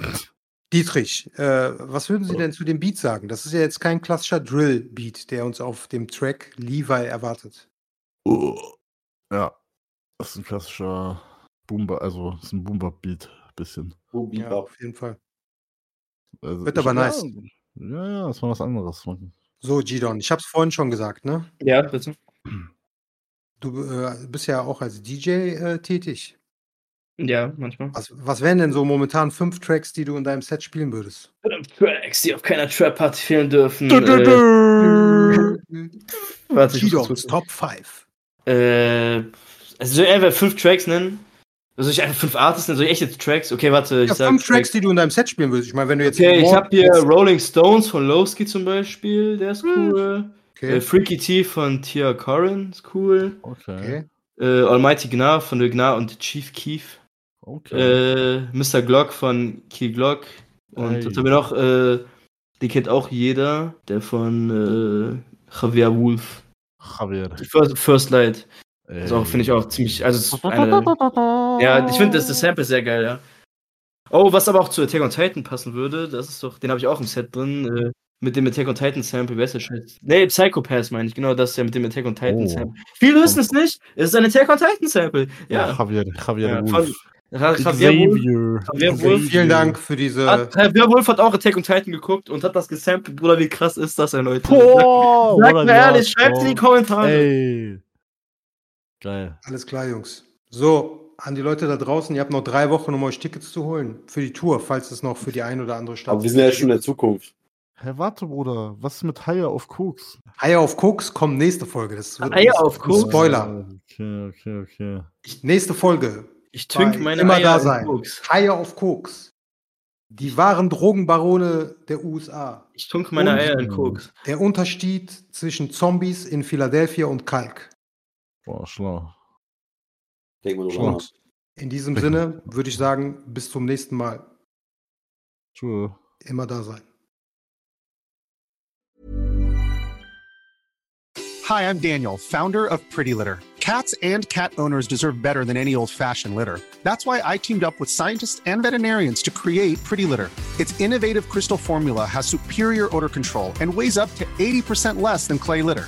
Speaker 3: Dietrich, äh, was würden Sie denn zu dem Beat sagen? Das ist ja jetzt kein klassischer Drill-Beat, der uns auf dem Track Levi erwartet.
Speaker 6: Oh. Ja. Das ist ein klassischer Boomba, also das ist ein Boomba-Beat, bisschen.
Speaker 3: Ja,
Speaker 5: Ja.
Speaker 3: auf jeden Fall.
Speaker 6: Also,
Speaker 3: Wird
Speaker 6: ich-
Speaker 3: aber
Speaker 6: ja,
Speaker 3: nice.
Speaker 6: Ja, ja, das war was anderes. Man-
Speaker 3: So, Gidon, ich habe es vorhin schon gesagt, ne?
Speaker 4: ja, bitte.
Speaker 3: Du äh, bist ja auch als DJ äh, tätig.
Speaker 4: Ja, manchmal.
Speaker 3: Was, was wären denn so momentan fünf Tracks, die du in deinem Set spielen würdest?
Speaker 4: Tracks, die auf keiner Trap-Party fehlen dürfen.
Speaker 6: Du, du,
Speaker 4: Äh,
Speaker 6: du.
Speaker 4: warte, ich muss
Speaker 3: Gidons
Speaker 4: kurz-
Speaker 3: Top 5.
Speaker 4: Äh, also soll ich einfach fünf Tracks nennen? Also Soll ich einfach fünf Artists nennen? Soll ich echt jetzt Tracks? Okay, warte, ich
Speaker 3: Ja,
Speaker 4: sag.
Speaker 3: fünf Tracks, die du in deinem Set spielen würdest. Ich meine, wenn du jetzt.
Speaker 4: Okay, ich
Speaker 3: morgen-
Speaker 4: habe hier äh, Rolling Stones von Lowski zum Beispiel, der ist cool. Äh,
Speaker 3: Hm. Okay,
Speaker 4: Freaky T von Tia Corin ist cool.
Speaker 6: Okay.
Speaker 3: okay.
Speaker 4: Äh, Almighty Gnar von The Gnar und Chief Keef.
Speaker 6: Okay.
Speaker 4: Äh, Mr. Glock von Key Glock. Und
Speaker 6: Ey.
Speaker 4: was haben wir noch? Äh, die kennt auch jeder. Der von äh, Javier Wolf.
Speaker 6: Javier.
Speaker 4: First, First Light. Das
Speaker 6: ey.
Speaker 4: auch finde ich auch ziemlich. Also es ist eine, ja, ich finde das, das Sample sehr geil, ja. Oh, was aber auch zu Attack on Titan passen würde, das ist doch, den habe ich auch im Set drin, äh, mit dem Attack on Titan Sample, wer ist der Scheiß? Nee, Psychopath meine ich, genau das ja mit dem Attack on Titan
Speaker 6: Oh.
Speaker 4: Sample. Viele wissen es nicht, es ist ein Attack on Titan Sample.
Speaker 6: Ja,
Speaker 4: Ja.
Speaker 6: Javier, Javier
Speaker 4: Ja,
Speaker 6: Wolf.
Speaker 4: Ra- Javier Wolf-
Speaker 6: Xavier.
Speaker 4: Javier
Speaker 3: okay.
Speaker 4: Wolf-
Speaker 3: Vielen Dank für diese.
Speaker 4: hat- Javier Wolf hat auch Attack on Titan geguckt und hat das gesampelt. Bruder, wie krass ist das denn, Leute?
Speaker 6: Boah,
Speaker 4: Sagt
Speaker 6: what a
Speaker 4: mir ehrlich,
Speaker 6: last
Speaker 4: schreibt in die
Speaker 6: song.
Speaker 4: Kommentare.
Speaker 6: Ey. Geil.
Speaker 3: Alles klar, Jungs. So, an die Leute da draußen, ihr habt noch drei Wochen, um euch Tickets zu holen für die Tour, falls es noch für die ein oder andere Stadt
Speaker 5: Aber wir sind ja schon in der Zukunft.
Speaker 6: Hä, warte, Bruder. Was ist mit Haier auf Koks?
Speaker 3: Eier auf Koks kommt nächste Folge. Das wird
Speaker 4: Eier
Speaker 3: ein
Speaker 4: auf Koks?
Speaker 3: Spoiler.
Speaker 6: Okay, okay, okay.
Speaker 3: Nächste Folge.
Speaker 4: Ich tünke
Speaker 3: bei
Speaker 4: meine
Speaker 3: immer
Speaker 4: Eier
Speaker 3: da
Speaker 4: in
Speaker 3: sein.
Speaker 4: Koks.
Speaker 3: Eier auf Koks. Die wahren Drogenbarone der USA.
Speaker 4: Ich tunke meine
Speaker 3: Und-
Speaker 4: Eier in Koks.
Speaker 3: Der Unterschied zwischen Zombies in Philadelphia und Kalk.
Speaker 6: Boah, schlau.
Speaker 5: Denken wir drüber nach.
Speaker 3: Und in diesem Sinne würde ich sagen, bis zum nächsten Mal.
Speaker 6: Tschüss.
Speaker 3: Immer da sein.
Speaker 8: Hi, I'm Daniel, founder of Pretty Litter. Cats and cat owners deserve better than any old fashioned litter. That's why I teamed up with scientists and veterinarians to create Pretty Litter. Its innovative crystal formula has superior odor control and weighs up to 80% less than clay litter.